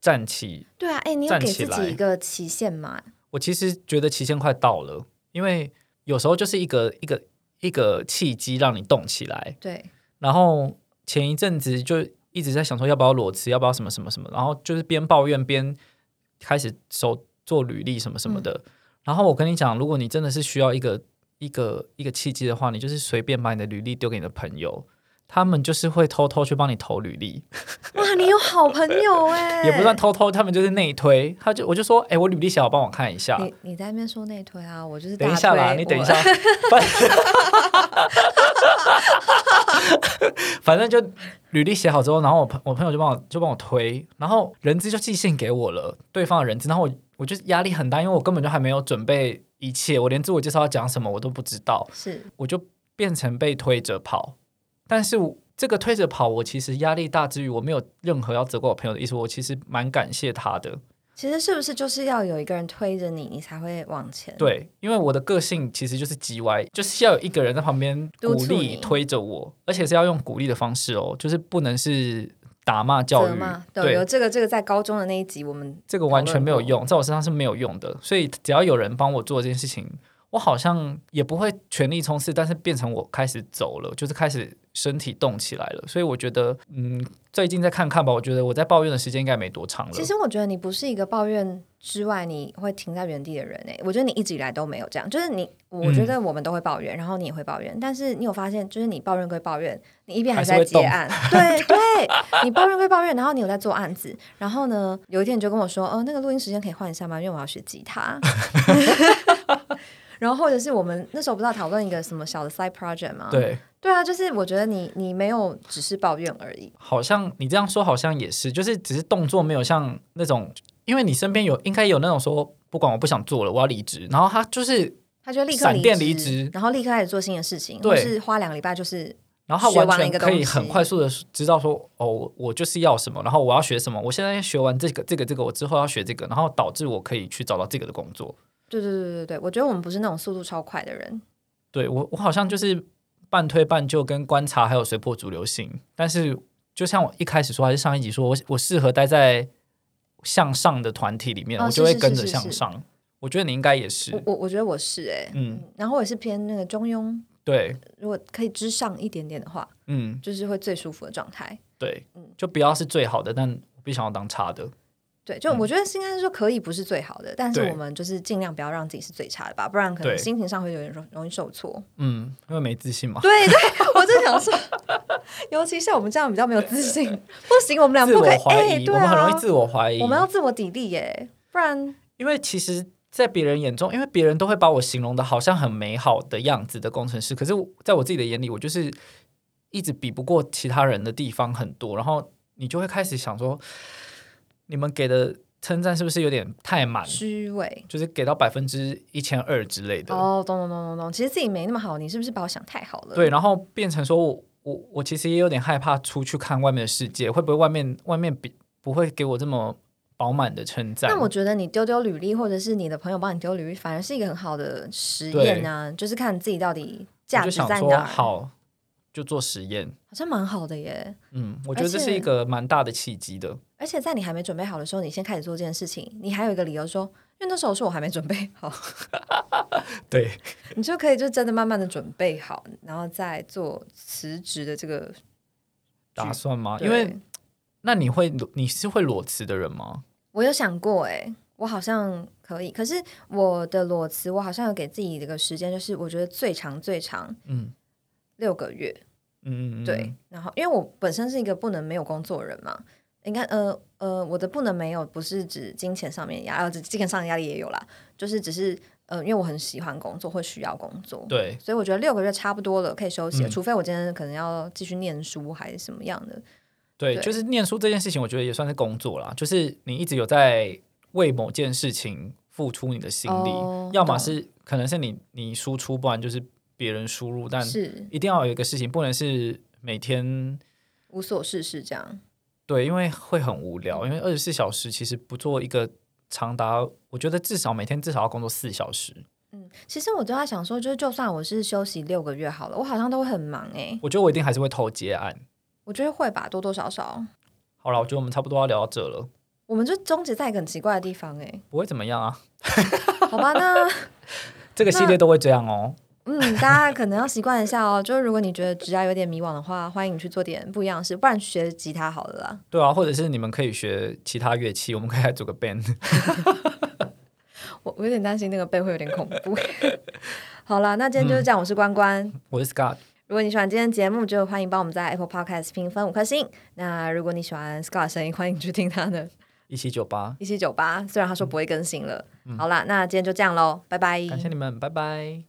Speaker 1: 站起？
Speaker 2: 对啊，哎、你有
Speaker 1: 站
Speaker 2: 给
Speaker 1: 起
Speaker 2: 自己
Speaker 1: 来
Speaker 2: 一个期限吗？
Speaker 1: 我其实觉得期限快到了，因为有时候就是一个一个一个契机让你动起来，
Speaker 2: 对，
Speaker 1: 然后前一阵子就一直在想说要不要裸辞，要不要什么什么什么，然后就是边抱怨边开始手做履历什么什么的。然后我跟你讲，如果你真的是需要一个一个一个契机的话，你就是随便把你的履历丢给你的朋友。他们就是会偷偷去帮你投履历，
Speaker 2: 哇，你有好
Speaker 1: [laughs]
Speaker 2: 朋友哎、
Speaker 1: 也不算偷偷，他们就是内推。他就我就说，哎、我履历写好，帮我看一下。
Speaker 2: 你你在那边说内推啊，我就是
Speaker 1: 啊等一
Speaker 2: 大
Speaker 1: 下啦，
Speaker 2: 推
Speaker 1: 你等一
Speaker 2: 我 [laughs]
Speaker 1: 下，反反正就 [laughs] 履历写好之后，然后我朋我朋友就帮我就帮我推，然后人资就寄信给我了，对方的人资，然后我我就压力很大，因为我根本就还没有准备一切，我连自我介绍要讲什么我都不知道，
Speaker 2: 是
Speaker 1: 我就变成被推着跑。但是我这个推着跑，我其实压力大之余，我没有任何要责怪我朋友的意思，我其实蛮感谢他的。
Speaker 2: 其实是不是就是要有一个人推着你，你才会往前？，
Speaker 1: 对，因为我的个性其实就是极歪，就是要有一个人在旁边
Speaker 2: 督
Speaker 1: 鼓
Speaker 2: 促
Speaker 1: 励
Speaker 2: 你
Speaker 1: 推着我，而且是要用鼓励的方式哦，就是不能是打骂教
Speaker 2: 责
Speaker 1: 育
Speaker 2: 嘛。，对，有
Speaker 1: 对，
Speaker 2: 这个这个在高中的那一集我们
Speaker 1: 这个完全没有
Speaker 2: 讨论
Speaker 1: 用，在我身上是没有用的。所以只要有人帮我做这件事情，我好像也不会全力冲刺，但是变成我开始走了，就是开始身体动起来了。所以我觉得，嗯，最近再看看吧。我觉得我在抱怨的时间应该没多长了。
Speaker 2: 其实我觉得你不是一个抱怨之外你会停在原地的人诶、我觉得你一直以来都没有这样，就是你，
Speaker 1: 嗯
Speaker 2: 我觉得我们都会抱怨，然后你也会抱怨，但是你有发现，就是你抱怨归抱怨，你一边
Speaker 1: 还
Speaker 2: 还
Speaker 1: 是
Speaker 2: 是在
Speaker 1: 会
Speaker 2: 接
Speaker 1: 动
Speaker 2: 案， [laughs] 对对，你抱怨归抱怨，然后你有在做案子，然后呢，有一天你就跟我说，哦、那个录音时间可以换一下吗？因为我要学
Speaker 1: [laughs]
Speaker 2: 吉他。 [laughs] 然后或者是我们那时候不知道讨论一个什么小的 side project 吗？
Speaker 1: 对，
Speaker 2: 对啊，就是我觉得你你没有只是抱怨而已，
Speaker 1: 好像你这样说好像也是，就是只是动作没有像那种，因为你身边有应该有那种说不管我不想做了，我要离职，然后他就是，
Speaker 2: 他就立刻
Speaker 1: 闪电离职
Speaker 2: 然后立刻开始做新的事情，
Speaker 1: 对
Speaker 2: 或是花两个礼拜就是
Speaker 1: 然后
Speaker 2: 学
Speaker 1: 他
Speaker 2: 完
Speaker 1: 完
Speaker 2: 了一
Speaker 1: 全
Speaker 2: 个
Speaker 1: 可以
Speaker 2: 东西
Speaker 1: 很快速的知道说，哦，我我就是要什么，然后我要学什么，我现在学完这个这个这个，我之后要学这个，然后导致我可以去找到这个的工作。
Speaker 2: 对对对对对，我觉得我们不是那种速度超快的人，
Speaker 1: 对我，我好像就是半推半就，跟观察还有随波逐流性。但是，就像我一开始说，还是上一集说，我我适合待在向上的团体里面，
Speaker 2: 哦
Speaker 1: 我就会
Speaker 2: 是是
Speaker 1: 跟着
Speaker 2: 是是
Speaker 1: 向
Speaker 2: 是
Speaker 1: 上。我觉得你应该也是，
Speaker 2: 我我我觉得我是哎、
Speaker 1: 嗯，
Speaker 2: 然后我也是偏那个中庸，
Speaker 1: 对，
Speaker 2: 如果可以之上一点点的话，
Speaker 1: 嗯，
Speaker 2: 就是会最舒服的状态。
Speaker 1: 对
Speaker 2: 嗯，
Speaker 1: 就不要是最好的，但我不想要当差的。
Speaker 2: 对，就我觉得是应该是说可以不是最好的，但
Speaker 1: 嗯
Speaker 2: 是
Speaker 1: 对
Speaker 2: 我们就是尽量不要让自己是最差的吧，不然可能
Speaker 1: 对
Speaker 2: 心情上会有点容容易受挫。
Speaker 1: 嗯，因为没自信嘛。
Speaker 2: 对对，我就想说， [laughs] 尤其像我们这样比较没有
Speaker 1: [laughs]
Speaker 2: 自信，不行，我们俩
Speaker 1: 自
Speaker 2: 不
Speaker 1: 我
Speaker 2: 可以，
Speaker 1: 怀
Speaker 2: 哎、
Speaker 1: 疑，
Speaker 2: 对
Speaker 1: 我们很容
Speaker 2: 啊
Speaker 1: 易，自我怀疑。
Speaker 2: 我们要自我砥砺耶，不然
Speaker 1: 因为其实，在别人眼中，因为别人都会把我形容的好像很美好的样子的工程师，可是我在我自己的眼里，我就是一直比不过其他人的地方很多，然后你就会开始想说，你们给的称赞是不是有点太满？
Speaker 2: 虚伪。
Speaker 1: 就是给到百分之一千二之类的，
Speaker 2: 哦，懂懂懂懂懂，其实自己没那么好，你是不是把我想太好了？
Speaker 1: 对，，然后变成说我我我其实也有点害怕出去看外面的世界，会不会外面外面比不会给我这么饱满的称赞？
Speaker 2: 那我觉得你丢丢履历，或者是你的朋友帮你丢履历，反而是一个很好的实验啊，就是看你自己到底价
Speaker 1: 我就
Speaker 2: 值
Speaker 1: 想
Speaker 2: 在
Speaker 1: 说
Speaker 2: 哪儿。，
Speaker 1: 好，就做实验。
Speaker 2: 好像蛮好的耶。
Speaker 1: 嗯，我觉得这
Speaker 2: 而
Speaker 1: 是一
Speaker 2: 且
Speaker 1: 个蛮大的契机的。
Speaker 2: 而且在你还没准备好的时候，你先开始做这件事情，你还有一个理由说，因为那时候是我还没准备好， [laughs]
Speaker 1: 对，
Speaker 2: 你就可以就真的慢慢的准备好，然后再做辞职的这个。
Speaker 1: 打算吗？
Speaker 2: 对
Speaker 1: 因为那你会裸你是会裸辞的人吗？
Speaker 2: 我有想过、哎，我好像可以，可是我的裸辞，我好像有给自己一个时间，就是我觉得最长最长
Speaker 1: 嗯
Speaker 2: 六个月，
Speaker 1: 嗯，嗯
Speaker 2: 对，，然后因为我本身是一个不能没有工作的人嘛，应该呃呃，我的不能没有不是指金钱上面的压力，呃，只金钱上的压力也有啦，就是只是呃，因为我很喜欢工作，会需要工作，
Speaker 1: 对，
Speaker 2: 所以我觉得六个月差不多了，可以休息了，
Speaker 1: 嗯
Speaker 2: 除非我今天可能要继续念书还是什么样的，
Speaker 1: 对，
Speaker 2: 对
Speaker 1: 就是念书这件事情，我觉得也算是工作啦。就是你一直有在为某件事情付出你的心力，
Speaker 2: 哦
Speaker 1: 要么
Speaker 2: 懂
Speaker 1: 是可能是你你输出，不然就是别人输入，但
Speaker 2: 是
Speaker 1: 一定要有一个事情，不能是每天
Speaker 2: 无所事事这样。
Speaker 1: 对，因为会很无聊。因为二十四小时其实不做一个长达，我觉得至少每天至少要工作四小时。
Speaker 2: 嗯，其实我都在想说，就是就算我是休息六个月好了，我好像都会很忙哎、
Speaker 1: 我觉得我一定还是会偷接案。
Speaker 2: 我觉得会吧，多多少少，
Speaker 1: 好了，我觉得我们差不多要聊到这了，
Speaker 2: 我们就终结在一个很奇怪的地方哎、
Speaker 1: 不会怎么样啊。
Speaker 2: 好吧，那。
Speaker 1: 这个系列都会这样哦。
Speaker 2: 嗯，大家可能要习惯一下哦。就是如果你觉得指甲有点迷惘的话，欢迎你去做点不一样的事，不然学吉他好了啦。
Speaker 1: 对啊，或者是你们可以学其他乐器，我们可以来组个 band。
Speaker 2: 我我有点担心那个背会有点恐怖。 [laughs] 好啦，那今天就是这样，我是关关。
Speaker 1: 我是 Scott，
Speaker 2: 如果你喜欢今天的节目，就欢迎帮我们在 Apple Podcast 评分五颗星。那如果你喜欢 Scott 的声音，欢迎去听他的
Speaker 1: 一七九八，
Speaker 2: 一七九八，虽然他说不会更新了。好啦，那今天就这样喽，拜拜。
Speaker 1: 感谢你们，拜拜。